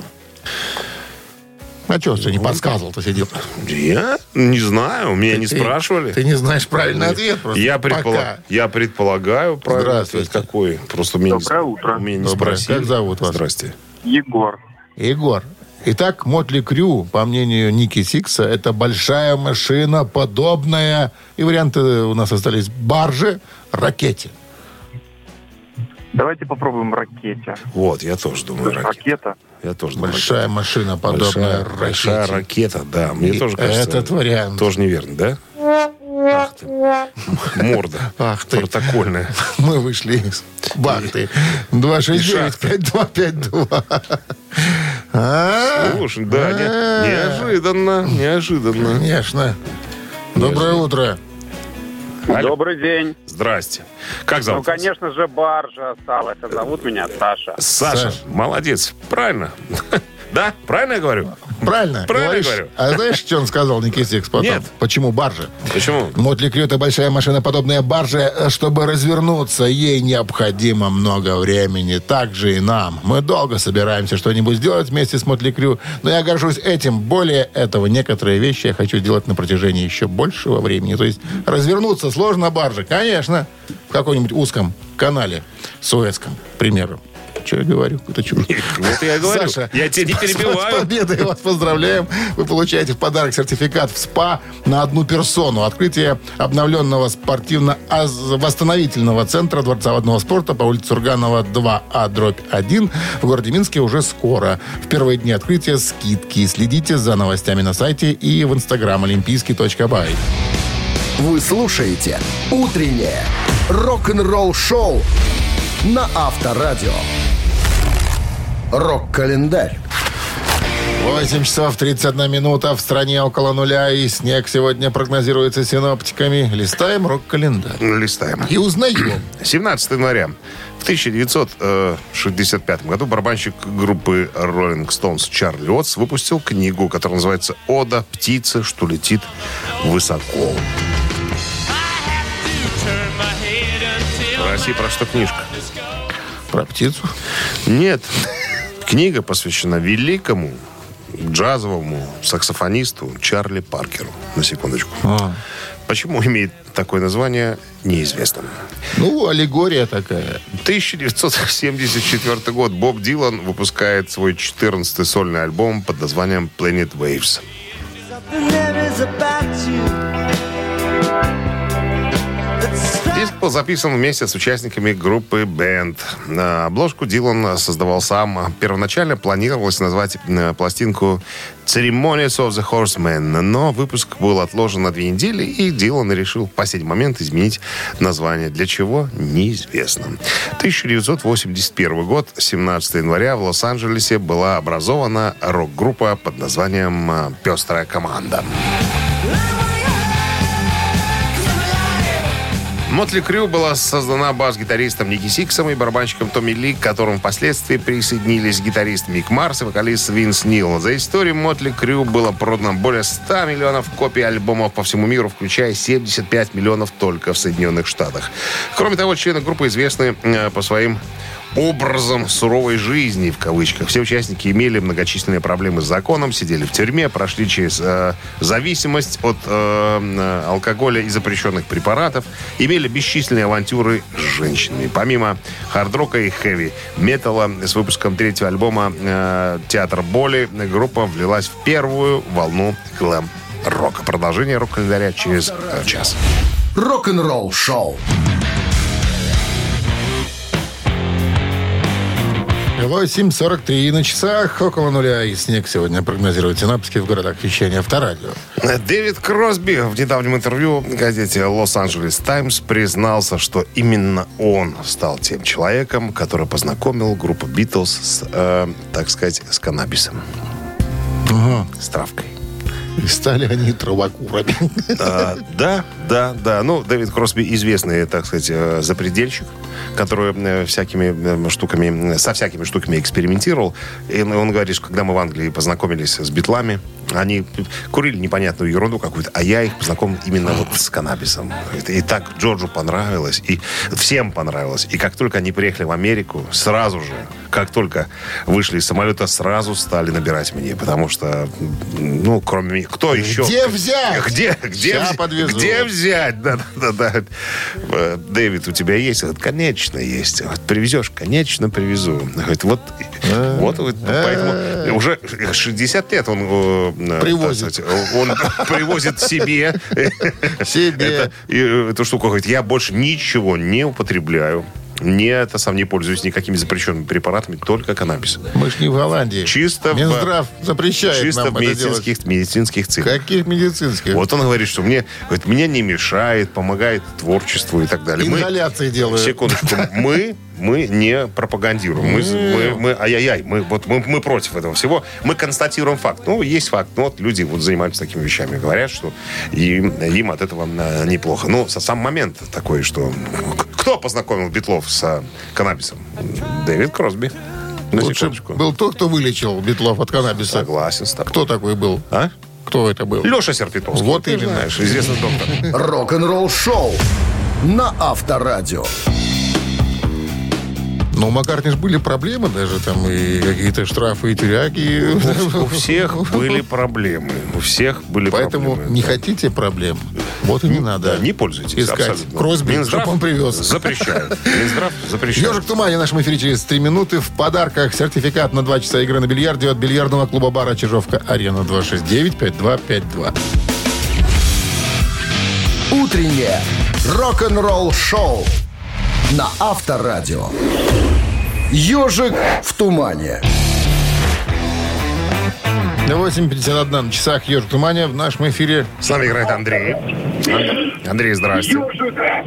[SPEAKER 2] А что ты не
[SPEAKER 3] Ну.
[SPEAKER 2] подсказывал-то сидел?
[SPEAKER 3] Я не знаю, у меня не
[SPEAKER 2] Ты-
[SPEAKER 3] спрашивали.
[SPEAKER 2] Ты не знаешь правильный
[SPEAKER 3] Нет.
[SPEAKER 2] ответ просто.
[SPEAKER 3] я, предпола-
[SPEAKER 2] Пока.
[SPEAKER 3] я предполагаю, правильно.
[SPEAKER 2] Здравствуйте.
[SPEAKER 3] Какой? Просто меня
[SPEAKER 4] Доброе
[SPEAKER 3] не...
[SPEAKER 4] утро.
[SPEAKER 3] Меня не
[SPEAKER 2] Доброе.
[SPEAKER 3] спросили.
[SPEAKER 2] Как зовут вас?
[SPEAKER 3] Здрасте.
[SPEAKER 4] Егор.
[SPEAKER 2] Егор. Итак, Мотли Крю, по мнению Ники Сикса, это большая машина, подобная. И варианты у нас остались баржи, ракете.
[SPEAKER 8] Давайте попробуем ракете.
[SPEAKER 3] Вот, я тоже думаю, ракета.
[SPEAKER 8] Ракета.
[SPEAKER 3] Я тоже думаю,
[SPEAKER 2] Большая машина, подобная
[SPEAKER 3] Большая,
[SPEAKER 2] ракете.
[SPEAKER 3] большая ракета, да. Мне
[SPEAKER 2] И
[SPEAKER 3] тоже кажется.
[SPEAKER 2] этот вариант.
[SPEAKER 3] Тоже неверно, да? Ах ты. [LAUGHS] Морда.
[SPEAKER 2] Ах ты.
[SPEAKER 3] Протокольная.
[SPEAKER 2] [LAUGHS] Мы вышли из бахты. 269-5252. А,
[SPEAKER 3] Слушай, да, не-
[SPEAKER 2] А.
[SPEAKER 3] неожиданно, неожиданно.
[SPEAKER 2] Конечно. Доброе утро.
[SPEAKER 3] Алло.
[SPEAKER 8] Добрый день.
[SPEAKER 3] Здрасте. Как зовут?
[SPEAKER 8] Ну,
[SPEAKER 3] вас?
[SPEAKER 8] конечно же, баржа осталась. А Зовут меня Саша.
[SPEAKER 3] Саша,
[SPEAKER 2] Саша.
[SPEAKER 3] молодец. Правильно. [LAUGHS] Да? Правильно я говорю?
[SPEAKER 2] Правильно?
[SPEAKER 3] Правильно
[SPEAKER 2] говоришь?
[SPEAKER 3] говорю.
[SPEAKER 2] А знаешь, что он сказал Никитикс потом?
[SPEAKER 3] Нет.
[SPEAKER 2] Почему баржа?
[SPEAKER 3] Почему?
[SPEAKER 2] Мотли Крю это большая машиноподобная баржа. Чтобы развернуться, ей необходимо много времени. Так же и нам. Мы долго собираемся что-нибудь сделать вместе с Мотли Крю. Но я горжусь этим. Более этого, некоторые вещи я хочу делать на протяжении еще большего времени. То есть развернуться сложно барже, конечно. В каком-нибудь узком канале, Суэцком, к примеру. Что я говорю? Это чушь.
[SPEAKER 3] Вот Ну, я и говорю.
[SPEAKER 2] Саша,
[SPEAKER 3] Я тебя не
[SPEAKER 2] с- с- С
[SPEAKER 3] перебиваю.
[SPEAKER 2] победой вас поздравляем. Вы получаете в подарок сертификат в СПА на одну персону. Открытие обновленного спортивно-восстановительного центра Дворца водного спорта по улице Сурганова 2А, дробь 1 в городе Минске уже скоро. В первые дни открытия скидки. Следите за новостями на сайте и в инстаграм олимпийский.бай.
[SPEAKER 1] Вы слушаете «Утреннее рок-н-ролл-шоу» на Авторадио. Рок-календарь.
[SPEAKER 2] 8 часов 31 минута. В стране около нуля и снег сегодня прогнозируется синоптиками. Листаем рок-календарь.
[SPEAKER 3] Листаем.
[SPEAKER 2] И узнаем.
[SPEAKER 3] 17 января в 1965 году барабанщик группы Rolling Stones Чарли Уотс выпустил книгу, которая называется «Ода птицы, что летит высоко». В России про что книжка?
[SPEAKER 2] Про птицу.
[SPEAKER 3] Нет. Книга посвящена великому джазовому саксофонисту Чарли Паркеру. На секундочку. Почему имеет такое название, неизвестно.
[SPEAKER 2] Ну, аллегория такая.
[SPEAKER 3] 1974 год Боб Дилан выпускает свой 14-й сольный альбом под названием Planet Waves. Диск был записан вместе с участниками группы Band. На Обложку Дилан создавал сам. Первоначально планировалось назвать э, пластинку Ceremonies of the Horsemen, но выпуск был отложен на две недели, и Дилан решил в последний момент изменить название, для чего неизвестно. 1981 год, 17 января, в Лос-Анджелесе была образована рок-группа под названием э, «Пестрая команда». Мотли Крю была создана бас-гитаристом Ники Сиксом и барабанщиком Томми Ли, к которым впоследствии присоединились гитарист Мик Марс и вокалист Винс Нил. За историю Мотли Крю было продано более 100 миллионов копий альбомов по всему миру, включая 75 миллионов только в Соединенных Штатах. Кроме того, члены группы известны э, по своим образом суровой жизни, в кавычках. Все участники имели многочисленные проблемы с законом, сидели в тюрьме, прошли через э, зависимость от э, э, алкоголя и запрещенных препаратов, имели бесчисленные авантюры с женщинами. Помимо хард-рока и хэви-металла, с выпуском третьего альбома э, «Театр боли» группа влилась в первую волну глэм-рока. Продолжение рок-календаря через э, час.
[SPEAKER 1] Рок-н-ролл-шоу.
[SPEAKER 2] Восемь сорок три на часах, около нуля. И снег сегодня прогнозируют синаптики в городах вещания авторадио.
[SPEAKER 3] Дэвид Кросби в недавнем интервью в газете «Лос-Анджелес Таймс» признался, что именно он стал тем человеком, который познакомил группу «Битлз» с, э, так сказать, с каннабисом. С травкой.
[SPEAKER 2] И стали они трубокурами.
[SPEAKER 3] А, да, да, да. Ну, Дэвид Кросби известный, так сказать, э, запредельщик, который э, всякими э, штуками, э, со всякими штуками экспериментировал. И он- он говорит, что когда мы в Англии познакомились с битлами, они курили непонятную ерунду какую-то, а я их познакомил именно вот с каннабисом. Говорит, И так Джорджу понравилось, и всем понравилось. И как только они приехали в Америку, сразу же, как только вышли из самолета, сразу стали набирать мне, потому что, м, ну, кроме меня, кто еще?
[SPEAKER 2] Где взять?
[SPEAKER 3] Где, где,
[SPEAKER 2] Ща
[SPEAKER 3] вз-
[SPEAKER 2] подвезу.
[SPEAKER 3] где взять? Да, да, да, да. Э, Дэвид, у тебя есть? Говорит, конечно, есть. Вот привезешь, конечно, привезу. Говорит, вот,
[SPEAKER 2] Э,
[SPEAKER 3] вот, вот, поэтому уже 60 лет он э, э,
[SPEAKER 2] Привозит.
[SPEAKER 3] так сказать, Он привозит себе
[SPEAKER 2] Себе.
[SPEAKER 3] это- и, э, эту штуку. Говорит, я больше ничего не употребляю. Не это сам не пользуюсь никакими запрещенными препаратами, только каннабис.
[SPEAKER 2] Мы ж не в Голландии.
[SPEAKER 3] Чисто в-
[SPEAKER 2] Минздрав запрещает
[SPEAKER 3] Чисто
[SPEAKER 2] нам
[SPEAKER 3] в
[SPEAKER 2] это делать.
[SPEAKER 3] медицинских, медицинских целях.
[SPEAKER 2] Каких медицинских?
[SPEAKER 3] Вот он говорит, что мне, говорит, мне не мешает, помогает творчеству и так далее. Мы-
[SPEAKER 2] Ингаляции делают.
[SPEAKER 3] Секундочку. Мы мы не пропагандируем. Мы, мы, мы ай-яй-яй, мы, вот, мы, мы против этого всего. Мы констатируем факт. Ну, есть факт. Ну, вот люди вот занимаются такими вещами. Говорят, что им, им от этого э, неплохо. Ну, с- сам момент такой, что... к- Кто познакомил Битлов с э, каннабисом? Дэвид Кросби. На
[SPEAKER 2] Лучше
[SPEAKER 3] секундочку.
[SPEAKER 2] был тот, кто вылечил Битлов от каннабиса.
[SPEAKER 3] Согласен с тобой.
[SPEAKER 2] Кто такой был?
[SPEAKER 3] А?
[SPEAKER 2] Кто это был?
[SPEAKER 3] Леша Серпитовский.
[SPEAKER 2] Вот
[SPEAKER 3] Ты
[SPEAKER 2] именно.
[SPEAKER 3] знаешь, известный доктор.
[SPEAKER 1] Рок-н-ролл шоу на Авторадио.
[SPEAKER 2] Но у Маккартни ж были проблемы даже там, и какие-то штрафы, и тюряги.
[SPEAKER 3] У всех
[SPEAKER 2] [LAUGHS]
[SPEAKER 3] были проблемы. У всех были
[SPEAKER 2] Поэтому
[SPEAKER 3] проблемы.
[SPEAKER 2] не хотите проблем? Вот и не надо.
[SPEAKER 3] Да, не пользуйтесь.
[SPEAKER 2] Искать.
[SPEAKER 3] абсолютно.
[SPEAKER 2] Кросби, чтоб он привез.
[SPEAKER 3] запрещает. Минздрав запрещает.
[SPEAKER 2] Ежик в тумане в нашем эфире через 3 минуты. В подарках сертификат на 2 часа игры на бильярде от бильярдного клуба бара Чижовка Арена 269-5252.
[SPEAKER 1] Утреннее рок-н-ролл шоу на Авторадио. Ежик в тумане.
[SPEAKER 2] 8.51 на часах Ежик в тумане в нашем эфире.
[SPEAKER 3] С нами играет Андрей. Андрей, здрасте.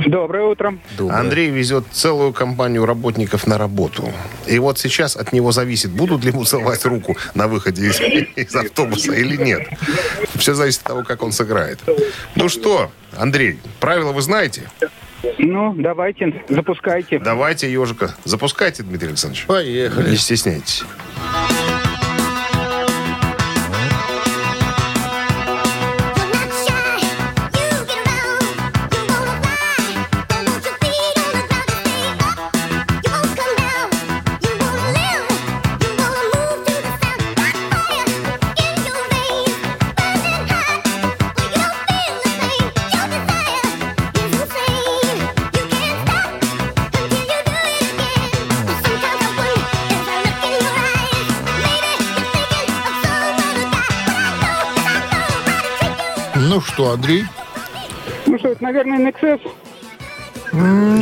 [SPEAKER 8] Доброе утро.
[SPEAKER 3] Андрей везет целую компанию работников на работу. И вот сейчас от него зависит, будут ли ему целовать руку на выходе из, из автобуса или нет. Все зависит от того, как он сыграет. Ну что, Андрей, правила вы знаете?
[SPEAKER 8] Ну, давайте, запускайте.
[SPEAKER 3] Давайте, ежика, запускайте, Дмитрий Александрович.
[SPEAKER 2] Поехали.
[SPEAKER 3] Не стесняйтесь.
[SPEAKER 2] Ну что, Андрей?
[SPEAKER 8] Ну что, это, наверное, Nexus?
[SPEAKER 3] Ну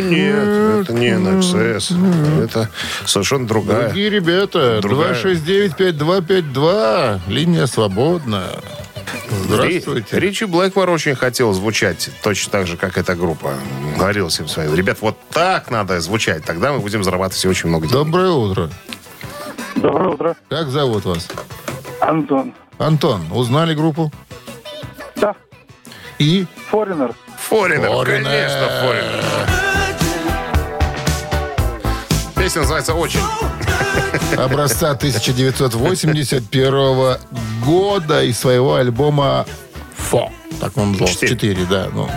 [SPEAKER 3] нет, это не NXS. Это совершенно другая.
[SPEAKER 2] Дорогие ребята,
[SPEAKER 3] Другая.
[SPEAKER 2] 269-5252. Линия свободна.
[SPEAKER 3] Ри-
[SPEAKER 2] Здравствуйте.
[SPEAKER 3] Ричи Блэкмор очень хотел звучать точно так же, как эта группа. Говорил всем своим. Ребят, вот так надо звучать. Тогда мы будем зарабатывать очень много денег.
[SPEAKER 2] Доброе утро.
[SPEAKER 4] Доброе утро,
[SPEAKER 2] Как зовут вас?
[SPEAKER 4] Антон.
[SPEAKER 2] Антон, узнали группу?
[SPEAKER 4] Да,
[SPEAKER 2] И?
[SPEAKER 4] Форинер.
[SPEAKER 3] Форинер,
[SPEAKER 2] Форинер.
[SPEAKER 3] конечно, Форинер. Песня называется «Очень».
[SPEAKER 2] образца 1981 года из своего альбома «Фо». Так он назывался.
[SPEAKER 3] Четыре.
[SPEAKER 2] Четыре, да. Ну.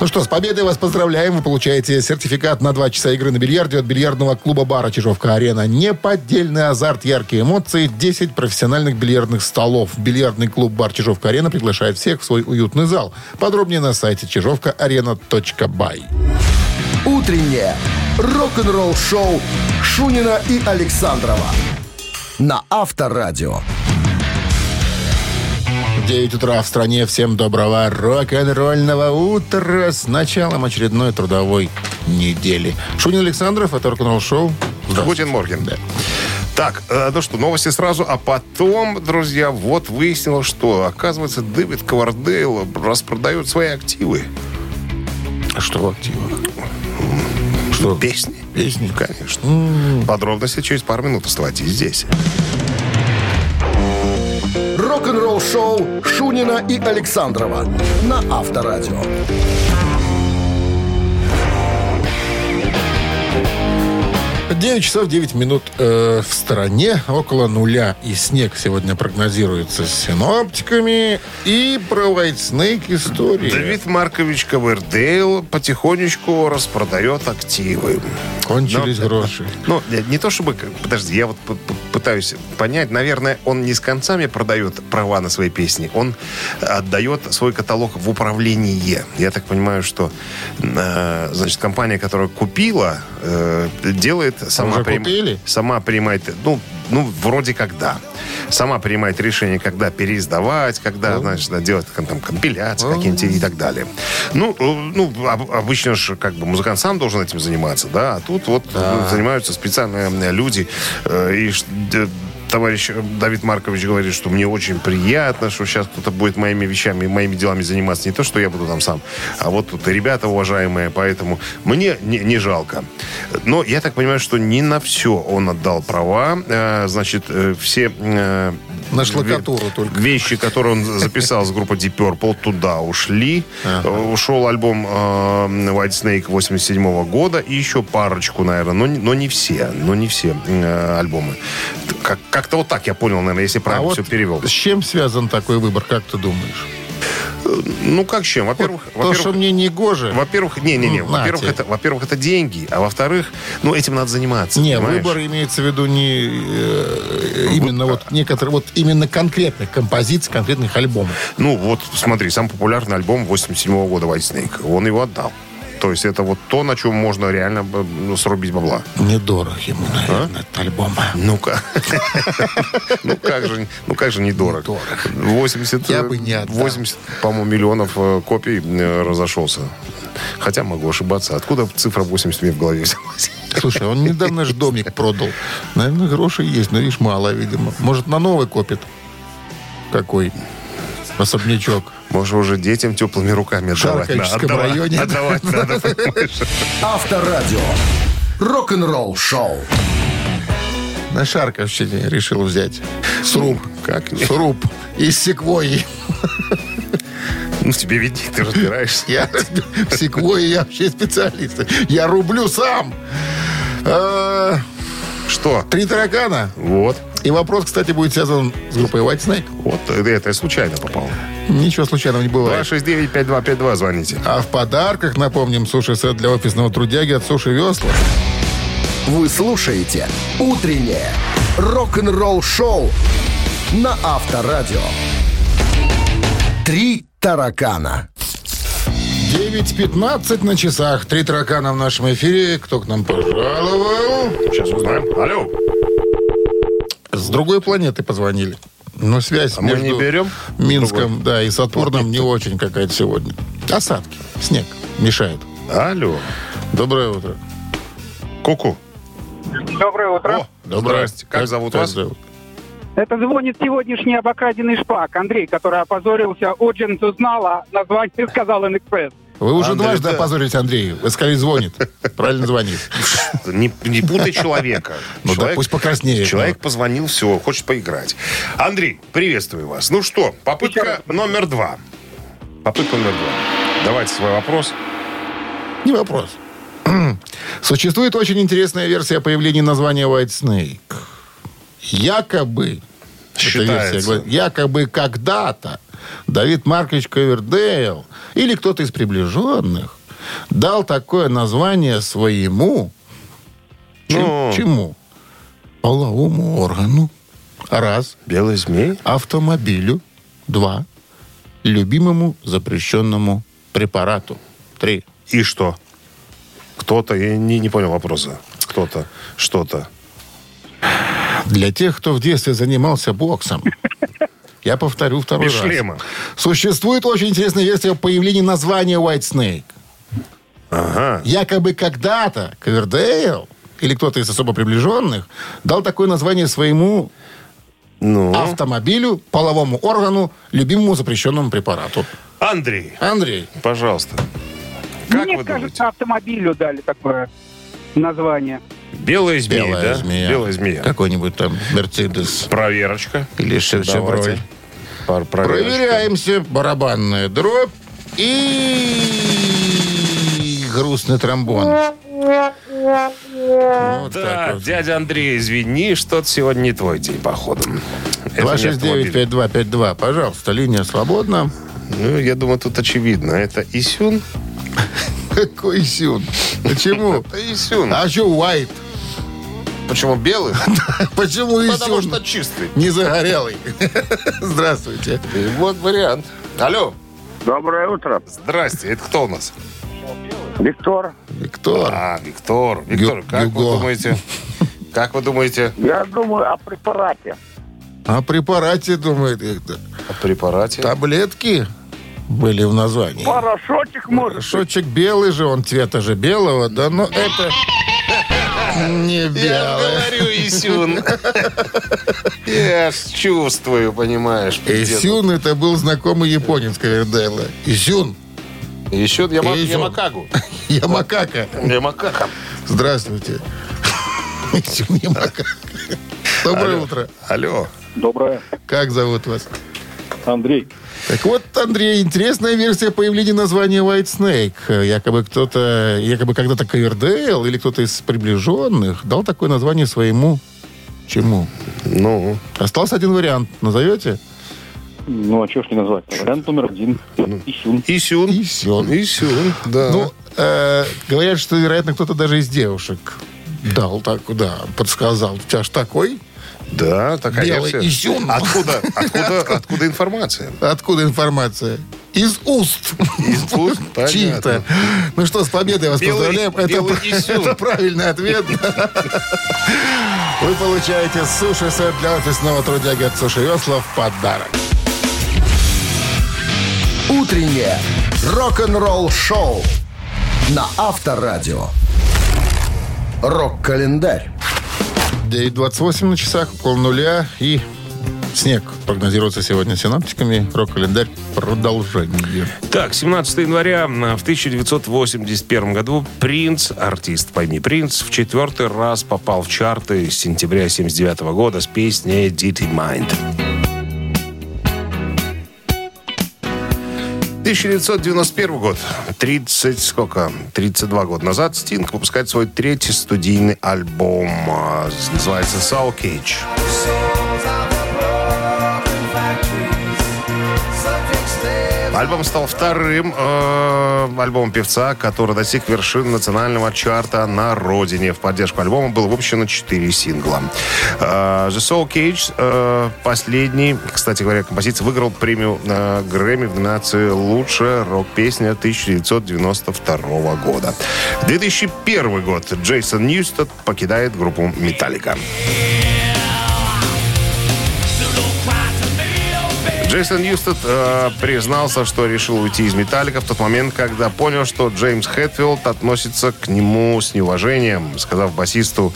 [SPEAKER 2] ну что, с победой вас поздравляем. Вы получаете сертификат на 2 часа игры на бильярде от бильярдного клуба-бара «Чижовка-арена». Неподдельный азарт, яркие эмоции, 10 профессиональных бильярдных столов. Бильярдный клуб-бар «Чижовка-арена» приглашает всех в свой уютный зал. Подробнее на сайте чижовка-арена.бай.
[SPEAKER 1] Утреннее рок-н-ролл шоу Шунина и Александрова на Авторадио.
[SPEAKER 2] 9 утра в стране. Всем доброго рок-н-ролльного утра с началом очередной трудовой недели. Шунин Александров, это рок-н-ролл шоу.
[SPEAKER 3] Гутин Морген. Так, э, ну что, новости сразу, а потом, друзья, вот выяснилось, что, оказывается, Дэвид Ковардейл распродает свои активы.
[SPEAKER 2] А что в активах? Что?
[SPEAKER 3] Песни.
[SPEAKER 2] Песни?
[SPEAKER 3] Конечно. Подробности через пару минут. Оставайтесь здесь.
[SPEAKER 1] Рок-н-ролл шоу Шунина и Александрова на Авторадио.
[SPEAKER 2] 9 часов 9 минут э, в стране. Около нуля. И снег сегодня прогнозируется с синоптиками. И про White Snake истории.
[SPEAKER 3] Давид Маркович Ковардейл потихонечку распродает активы.
[SPEAKER 2] Кончились
[SPEAKER 3] Но-
[SPEAKER 2] гроши.
[SPEAKER 3] Ну, не, не то чтобы... как- Подожди, я вот п- п- пытаюсь понять. Наверное, он не с концами продает права на свои песни. Он э, отдает свой каталог в управление. Я так понимаю, что э, значит, компания, которая купила, э, делает... Сама,
[SPEAKER 2] Уже купили?
[SPEAKER 3] сама принимает... Ну, ну, вроде как да. Сама принимает решение, когда переиздавать, когда, значит, да, делать кон- там, компиляции какие-нибудь и так далее. Ну, э, ну об- обычно же как бы музыкант сам должен этим заниматься, да, а тут вот ну, занимаются специальные э, люди. э, и ш- д- товарищ э, Давид Маркович говорит, что мне очень приятно, что сейчас кто-то будет моими вещами, и моими делами заниматься. Не то, что я буду там сам, а вот тут ребята уважаемые, поэтому мне не, не жалко. Но я так понимаю, что не на все он отдал права. Э, Значит, э, все... э,
[SPEAKER 2] На
[SPEAKER 3] ве-
[SPEAKER 2] штукатуру только.
[SPEAKER 3] Вещи, которые он записал с группы Deep Purple, туда ушли. Э, Ушел альбом э, White Snake 87 года и еще парочку, наверное, но, не- но не все, но не все э, альбомы. Как- Как-то вот так я понял, наверное, если
[SPEAKER 2] А
[SPEAKER 3] правильно
[SPEAKER 2] вот
[SPEAKER 3] все перевел.
[SPEAKER 2] С чем связан такой выбор, как ты думаешь?
[SPEAKER 3] Ну, как с чем? Во-первых,
[SPEAKER 2] То, что
[SPEAKER 3] во-первых,
[SPEAKER 2] мне не гоже.
[SPEAKER 3] во-первых, не-не-не,
[SPEAKER 2] Ну,
[SPEAKER 3] во-первых,
[SPEAKER 2] нате.
[SPEAKER 3] это, во-первых, это деньги, а во-вторых, ну, этим надо заниматься.
[SPEAKER 2] Не,
[SPEAKER 3] понимаешь?
[SPEAKER 2] выбор имеется в виду не э, именно вот некоторые, вот именно конкретных композиций, конкретных альбомов.
[SPEAKER 3] Ну, вот, смотри, самый популярный альбом 87 года White Snake. Он его отдал. То есть это вот то, на чем можно реально б- ну, срубить бабла.
[SPEAKER 2] Недорог ему, наверное, этот альбом.
[SPEAKER 3] Ну-ка. [LAUGHS] Ну как же, ну как же недорого.
[SPEAKER 2] Недорого.
[SPEAKER 3] 80,
[SPEAKER 2] Я бы не отдал.
[SPEAKER 3] 80, по-моему, миллионов э, копий э, разошелся. Хотя могу ошибаться. Откуда цифра 80 мне в голове взялась?
[SPEAKER 2] Слушай, он недавно же домик продал. Наверное, гроши есть, но видишь, мало, видимо. Может, на новый копит? Какой? Особнячок.
[SPEAKER 3] Может, уже детям теплыми руками отдавать надо.
[SPEAKER 2] Шаркальческом
[SPEAKER 3] Отдавать-
[SPEAKER 2] районе.
[SPEAKER 3] Отдавать надо, понимаешь?
[SPEAKER 1] Авторадио. Рок-н-ролл шоу.
[SPEAKER 2] На Шарковщине решил взять. Сруб.
[SPEAKER 3] Как? нет?
[SPEAKER 2] Сруб. Из секвойи.
[SPEAKER 3] Ну, тебе виднее, ты разбираешься.
[SPEAKER 2] Я в секвойи я вообще специалист. Я рублю сам. Э,
[SPEAKER 3] Что?
[SPEAKER 2] Три таракана.
[SPEAKER 3] Вот.
[SPEAKER 2] И вопрос, кстати, будет связан с группой White Snake.
[SPEAKER 3] Вот э, это я случайно попал.
[SPEAKER 2] Ничего случайного не бывает.
[SPEAKER 3] 269-5252 звоните.
[SPEAKER 2] А в подарках, напомним, суши-сет для офисного трудяги от Суши Весла.
[SPEAKER 1] Вы слушаете «Утреннее рок-н-ролл-шоу» на Авторадио. «Три таракана».
[SPEAKER 2] 9.15 на часах. Три таракана в нашем эфире. Кто к нам пожаловал?
[SPEAKER 3] Сейчас узнаем. Алло.
[SPEAKER 2] С другой планеты позвонили. Но связь
[SPEAKER 3] А мы
[SPEAKER 2] между
[SPEAKER 3] не берем?
[SPEAKER 2] Минском, да, и Сатурном не очень какая-то сегодня. Осадки, снег мешает.
[SPEAKER 3] Алло.
[SPEAKER 2] Доброе утро.
[SPEAKER 3] Куку.
[SPEAKER 8] Доброе утро.
[SPEAKER 3] О, здрасте. Как зовут вас?
[SPEAKER 2] зовут?
[SPEAKER 8] Это звонит сегодняшний обокраденный шпак Андрей, который опозорился. Оджинс узнала название, сказал NXPS.
[SPEAKER 2] Вы уже
[SPEAKER 3] Андрей,
[SPEAKER 2] дважды
[SPEAKER 3] да.
[SPEAKER 2] опозорились, Андрей. Вы сказали, звонит. Правильно
[SPEAKER 3] [LAUGHS]
[SPEAKER 2] звонит.
[SPEAKER 3] Не, не путай [LAUGHS] человека.
[SPEAKER 2] Ну да, пусть покраснеет,
[SPEAKER 3] Человек позвонил, все, хочет поиграть. Андрей, приветствую вас. Ну что, попытка номер два. Попытка номер два. Давайте свой вопрос.
[SPEAKER 2] Не вопрос. [CLEARS THROAT] Существует очень интересная версия появления названия White Snake. Якобы, эта
[SPEAKER 3] Считается.
[SPEAKER 2] версия говорит, якобы когда-то Давид Маркович Ковердейл или кто-то из приближенных дал такое название своему чем-
[SPEAKER 3] Ну.
[SPEAKER 2] чему? Половому органу. Раз.
[SPEAKER 3] Белый змей?
[SPEAKER 2] Автомобилю. Два. Любимому запрещенному препарату. Три.
[SPEAKER 3] И что? Кто-то, я не, не понял вопроса. Кто-то, что-то.
[SPEAKER 2] Для тех, кто в детстве занимался боксом. Я повторю второй
[SPEAKER 3] Без
[SPEAKER 2] раз.
[SPEAKER 3] шлема.
[SPEAKER 2] Существует очень интересная версия о появлении названия White Snake.
[SPEAKER 3] Ага.
[SPEAKER 2] Якобы когда-то Ковердейл или кто-то из особо приближенных дал такое название своему
[SPEAKER 3] Ну.
[SPEAKER 2] автомобилю, половому органу, любимому запрещенному препарату.
[SPEAKER 3] Андрей,
[SPEAKER 2] Андрей,
[SPEAKER 3] пожалуйста. Как
[SPEAKER 8] Мне
[SPEAKER 3] вы
[SPEAKER 8] кажется,
[SPEAKER 3] думаете?
[SPEAKER 8] автомобилю дали такое название.
[SPEAKER 3] Белая змея,
[SPEAKER 2] белая
[SPEAKER 3] да?
[SPEAKER 2] змея.
[SPEAKER 3] Белая змея.
[SPEAKER 2] Какой-нибудь там Мерседес
[SPEAKER 3] Проверочка.
[SPEAKER 2] или Шевчеброль.
[SPEAKER 3] Давайте. Пар- проверочка.
[SPEAKER 2] Проверяемся. Барабанная дробь и грустный тромбон. Вот
[SPEAKER 3] Да,
[SPEAKER 2] так вот.
[SPEAKER 3] дядя Андрей, извини, что-то сегодня не твой день, походу. Это не автомобиль.
[SPEAKER 2] 269-5252. Пожалуйста, линия свободна.
[SPEAKER 3] Ну, я думаю, тут очевидно. Это Исюн?
[SPEAKER 2] [LAUGHS] Какой сюн? Почему?
[SPEAKER 3] Это Исюн.
[SPEAKER 2] А что Уайт?
[SPEAKER 3] почему белый?
[SPEAKER 2] [LAUGHS] Почему
[SPEAKER 3] Потому
[SPEAKER 2] Исюн
[SPEAKER 3] что чистый.
[SPEAKER 2] не загорелый? [LAUGHS] Здравствуйте.
[SPEAKER 3] И Вот вариант. Алло.
[SPEAKER 4] Доброе утро.
[SPEAKER 3] Здрасте, это кто у нас?
[SPEAKER 4] Виктор,
[SPEAKER 2] Виктор.
[SPEAKER 3] А, Виктор. Виктор,
[SPEAKER 2] Гю-
[SPEAKER 3] как вы
[SPEAKER 2] Юго.
[SPEAKER 3] думаете? Как вы думаете
[SPEAKER 4] я думаю о препарате.
[SPEAKER 2] О А препарате думает Виктор.
[SPEAKER 3] о препарате?
[SPEAKER 2] Таблетки были в названии.
[SPEAKER 4] Порошочек может.
[SPEAKER 2] Шочек белый же, он цвета же белого, да, но это... [LAUGHS] Не
[SPEAKER 3] Я
[SPEAKER 2] белая.
[SPEAKER 3] ж говорю, Исюн. Я ж чувствую, понимаешь.
[SPEAKER 2] Исюн это был знакомый японец Кавердейла. Исюн.
[SPEAKER 3] Еще Яма-
[SPEAKER 2] Исюн.
[SPEAKER 3] Ямакагу.
[SPEAKER 2] Ямакака.
[SPEAKER 3] Ямакака.
[SPEAKER 2] Здравствуйте. [LAUGHS] Исюн Ямакака. Доброе утро.
[SPEAKER 3] Алло.
[SPEAKER 9] Доброе.
[SPEAKER 2] Как зовут вас?
[SPEAKER 9] Андрей.
[SPEAKER 2] Так вот, Андрей, интересная версия появления названия White Snake. Якобы кто-то, якобы когда-то Кавердейл или кто-то из приближенных дал такое название своему чему?
[SPEAKER 3] Ну,
[SPEAKER 2] Остался один вариант. Назовете?
[SPEAKER 9] Ну, а что ж не назвать? Вариант номер один. Ищун.
[SPEAKER 3] Исюн.
[SPEAKER 2] Исюн.
[SPEAKER 3] Исюн, да.
[SPEAKER 2] Ну, э, говорят, что, вероятно, кто-то даже из девушек дал так, да, подсказал. У тебя ж такой?
[SPEAKER 3] да, такая
[SPEAKER 2] белый
[SPEAKER 3] версия.
[SPEAKER 2] Исюн.
[SPEAKER 3] Откуда, откуда, откуда информация?
[SPEAKER 2] Откуда информация? Из уст.
[SPEAKER 3] Из
[SPEAKER 2] [LAUGHS]
[SPEAKER 3] уст, понятно.
[SPEAKER 2] Чьих-то. Ну что, с победой вас
[SPEAKER 3] Белый-
[SPEAKER 2] поздравляем.
[SPEAKER 3] белый
[SPEAKER 2] Это,
[SPEAKER 3] Исюн.
[SPEAKER 2] это правильный ответ. Вы получаете суши-сет для офисного трудяги от Суши Весла в подарок.
[SPEAKER 1] Утреннее рок-н-ролл-шоу на Авторадио. Рок-календарь.
[SPEAKER 2] 9.28 на часах, около нуля и снег прогнозируется сегодня синаптиками. Рок-календарь продолжение.
[SPEAKER 5] Так, 17 января м, в 1981 году Принц, артист, пойми, Принц, в четвертый раз попал в чарты с сентября 79 года с песней «Did in Mind».
[SPEAKER 3] 1991 год. 30, сколько? 32 года назад Стинг выпускает свой третий студийный альбом. а, с- Называется Soul Cage. Альбом стал вторым э, альбомом певца, который достиг вершин национального чарта на родине. В поддержку альбома было выпущено 4 сингла. Э, The Soul Cage, э, последний, кстати говоря, композиция, выиграл премию э, Грэмми в номинации «Лучшая рок-песня 1992 года». 2001 год. Джейсон Ньюстед покидает группу «Металлика». Джейсон Ньюстед э, признался, что решил уйти из «Металлика» в тот момент, когда понял, что Джеймс Хэтфилд относится к нему с неуважением, сказав басисту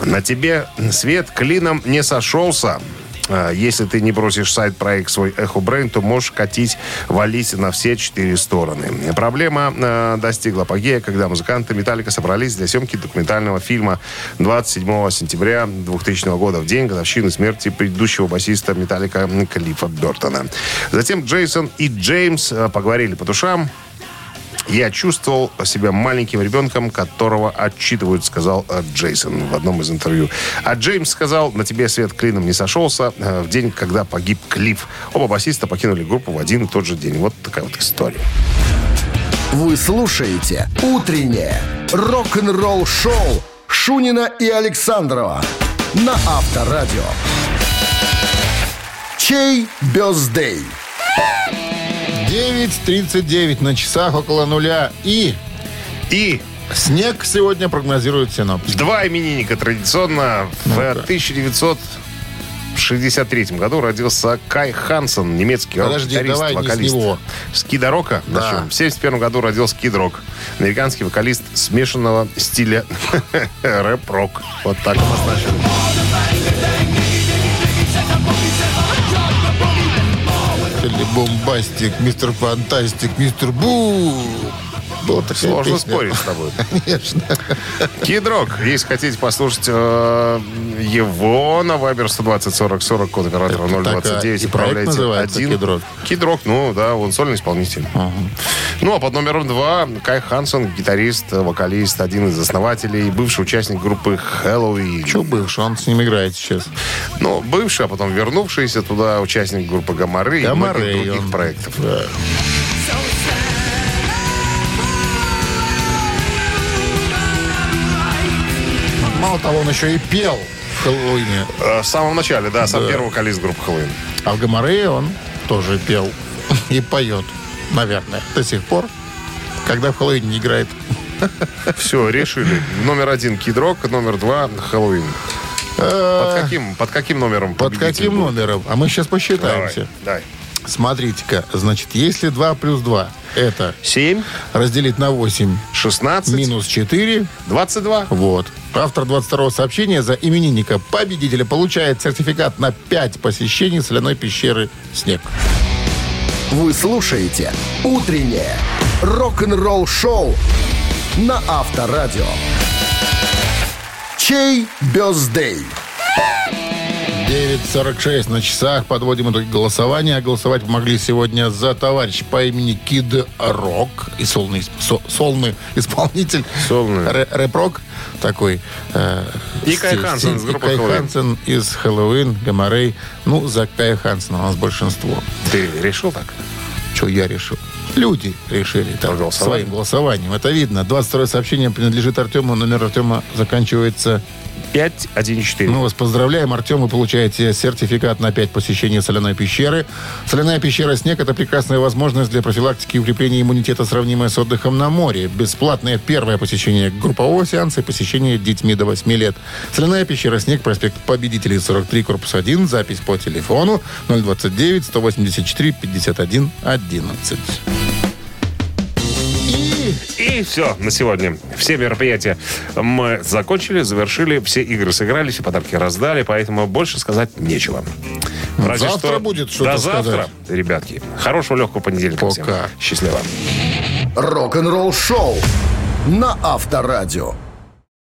[SPEAKER 3] «На тебе свет клином не сошелся». Э, Если ты не бросишь сайт-проект свой «Эхо Брейн», то можешь катить, валить на все четыре стороны. Проблема э, достигла апогея, когда музыканты «Металлика» собрались для съемки документального фильма 27 сентября 2000 года, в день годовщины смерти предыдущего басиста «Металлика» Клиффа Бертона. Затем Джейсон и Джеймс э, поговорили по душам, я чувствовал себя маленьким ребенком, которого отчитывают, сказал э, Джейсон в одном из интервью. А Джеймс сказал, на тебе свет клином не сошелся э, в день, когда погиб Клифф. Оба басиста покинули группу в один и тот же день. Вот такая вот история.
[SPEAKER 1] Вы слушаете «Утреннее рок-н-ролл-шоу» Шунина и Александрова на Авторадио. Чей бездей?
[SPEAKER 2] 9.39 на часах, около нуля и
[SPEAKER 3] И
[SPEAKER 2] Снег сегодня прогнозируют синоптики.
[SPEAKER 3] два именинника традиционно. В э, 1963 году родился Кай Хансен, немецкий
[SPEAKER 2] Подожди,
[SPEAKER 3] рок-гитарист,
[SPEAKER 2] давай не с
[SPEAKER 3] вокалист.
[SPEAKER 2] него.
[SPEAKER 3] С Кида Рока?
[SPEAKER 2] Да.
[SPEAKER 3] Начнем. В 71 году родился Кид Рок. Американский вокалист смешанного стиля [LAUGHS] рэп-рок. Вот так он обозначен.
[SPEAKER 2] Или бомбастик, мистер фантастик, мистер бу. Была такая
[SPEAKER 3] Сложно
[SPEAKER 2] песня.
[SPEAKER 3] спорить с тобой.
[SPEAKER 2] Конечно.
[SPEAKER 3] Кид Рок. Если хотите послушать э, его на Viber 120 40 40 код оператора
[SPEAKER 2] Это такая
[SPEAKER 3] 029,
[SPEAKER 2] а и проект
[SPEAKER 3] отправляйте
[SPEAKER 2] называется
[SPEAKER 3] один.
[SPEAKER 2] «Кид Рок».
[SPEAKER 3] Кид Рок, ну да, он сольный исполнитель. Ну а под номером два Кай Хансон, гитарист, э, вокалист, один из основателей, бывший участник группы Хэллоуин.
[SPEAKER 2] Че бывший, он с ним играет сейчас.
[SPEAKER 3] Ну, бывший, а потом вернувшийся туда участник группы Гамары и
[SPEAKER 2] Гамары,
[SPEAKER 3] многих других
[SPEAKER 2] он.
[SPEAKER 3] проектов.
[SPEAKER 2] Да. Мало того, он еще и пел в Хэллоуине.
[SPEAKER 3] Э, В самом начале, да, сам первый вокалист группы Хэллоуин.
[SPEAKER 2] А в Гамарее он тоже пел [LAUGHS] и поет, наверное, до сих пор, когда в Хэллоуине не играет.
[SPEAKER 3] Все, решили. Номер один Кидрок, номер два Хэллоуин. Под каким, под каким номером?
[SPEAKER 2] Э, Под
[SPEAKER 3] победитель
[SPEAKER 2] каким
[SPEAKER 3] был?
[SPEAKER 2] номером? А мы сейчас
[SPEAKER 3] Давай,
[SPEAKER 2] посчитаемся.
[SPEAKER 3] давай.
[SPEAKER 2] Смотрите-ка, значит, если 2 плюс 2 это
[SPEAKER 3] 7,
[SPEAKER 2] разделить на 8
[SPEAKER 3] 16,
[SPEAKER 2] минус 4,
[SPEAKER 3] 22.
[SPEAKER 2] вот. Автор 22-го сообщения за именинника победителя получает сертификат на 5 посещений соляной пещеры «Снег».
[SPEAKER 1] Вы слушаете «Утреннее рок-н-ролл-шоу» на Авторадио. Чей бездей?
[SPEAKER 2] 9.46 на часах. Подводим итоги голосования. Голосовать помогли сегодня за товарищ по имени Кид Рок. И солный, со- солный [LAUGHS] исполнитель.
[SPEAKER 5] Солный.
[SPEAKER 2] Ре- рэп-рок такой. э,
[SPEAKER 5] И Кай
[SPEAKER 2] стиль.
[SPEAKER 5] Хансен из
[SPEAKER 2] И
[SPEAKER 5] группы
[SPEAKER 2] Кай
[SPEAKER 5] «Хэллоуин».
[SPEAKER 2] Хансен из Хэллоуин, Гамарей. Ну, за Кая Хансена у нас большинство.
[SPEAKER 5] Ты решил так?
[SPEAKER 2] Что я решил? Люди решили там,
[SPEAKER 5] Голосование.
[SPEAKER 2] своим голосованием. Это видно. 22 сообщение принадлежит Артему. Номер Артема заканчивается
[SPEAKER 5] 5-1-4.
[SPEAKER 2] мы вас поздравляем, Артем. Вы получаете сертификат на 5 посещений соляной пещеры. Соляная пещера «Снег» — это прекрасная возможность для профилактики и укрепления иммунитета, сравнимая с отдыхом на море. Бесплатное первое посещение группового сеанса и посещение детьми до 8 лет. Соляная пещера «Снег», проспект Победителей, 43, корпус 1. Запись по телефону 029-184-51-11.
[SPEAKER 5] И все на сегодня. Все мероприятия мы закончили, завершили, все игры сыграли, все подарки раздали, поэтому больше сказать нечего.
[SPEAKER 2] Завтра будет что-то
[SPEAKER 5] До завтра,
[SPEAKER 2] сказать.
[SPEAKER 5] ребятки. Хорошего легкого понедельника всем.
[SPEAKER 2] Пока.
[SPEAKER 5] Счастливо.
[SPEAKER 1] Рок-н-ролл-шоу на Авторадио.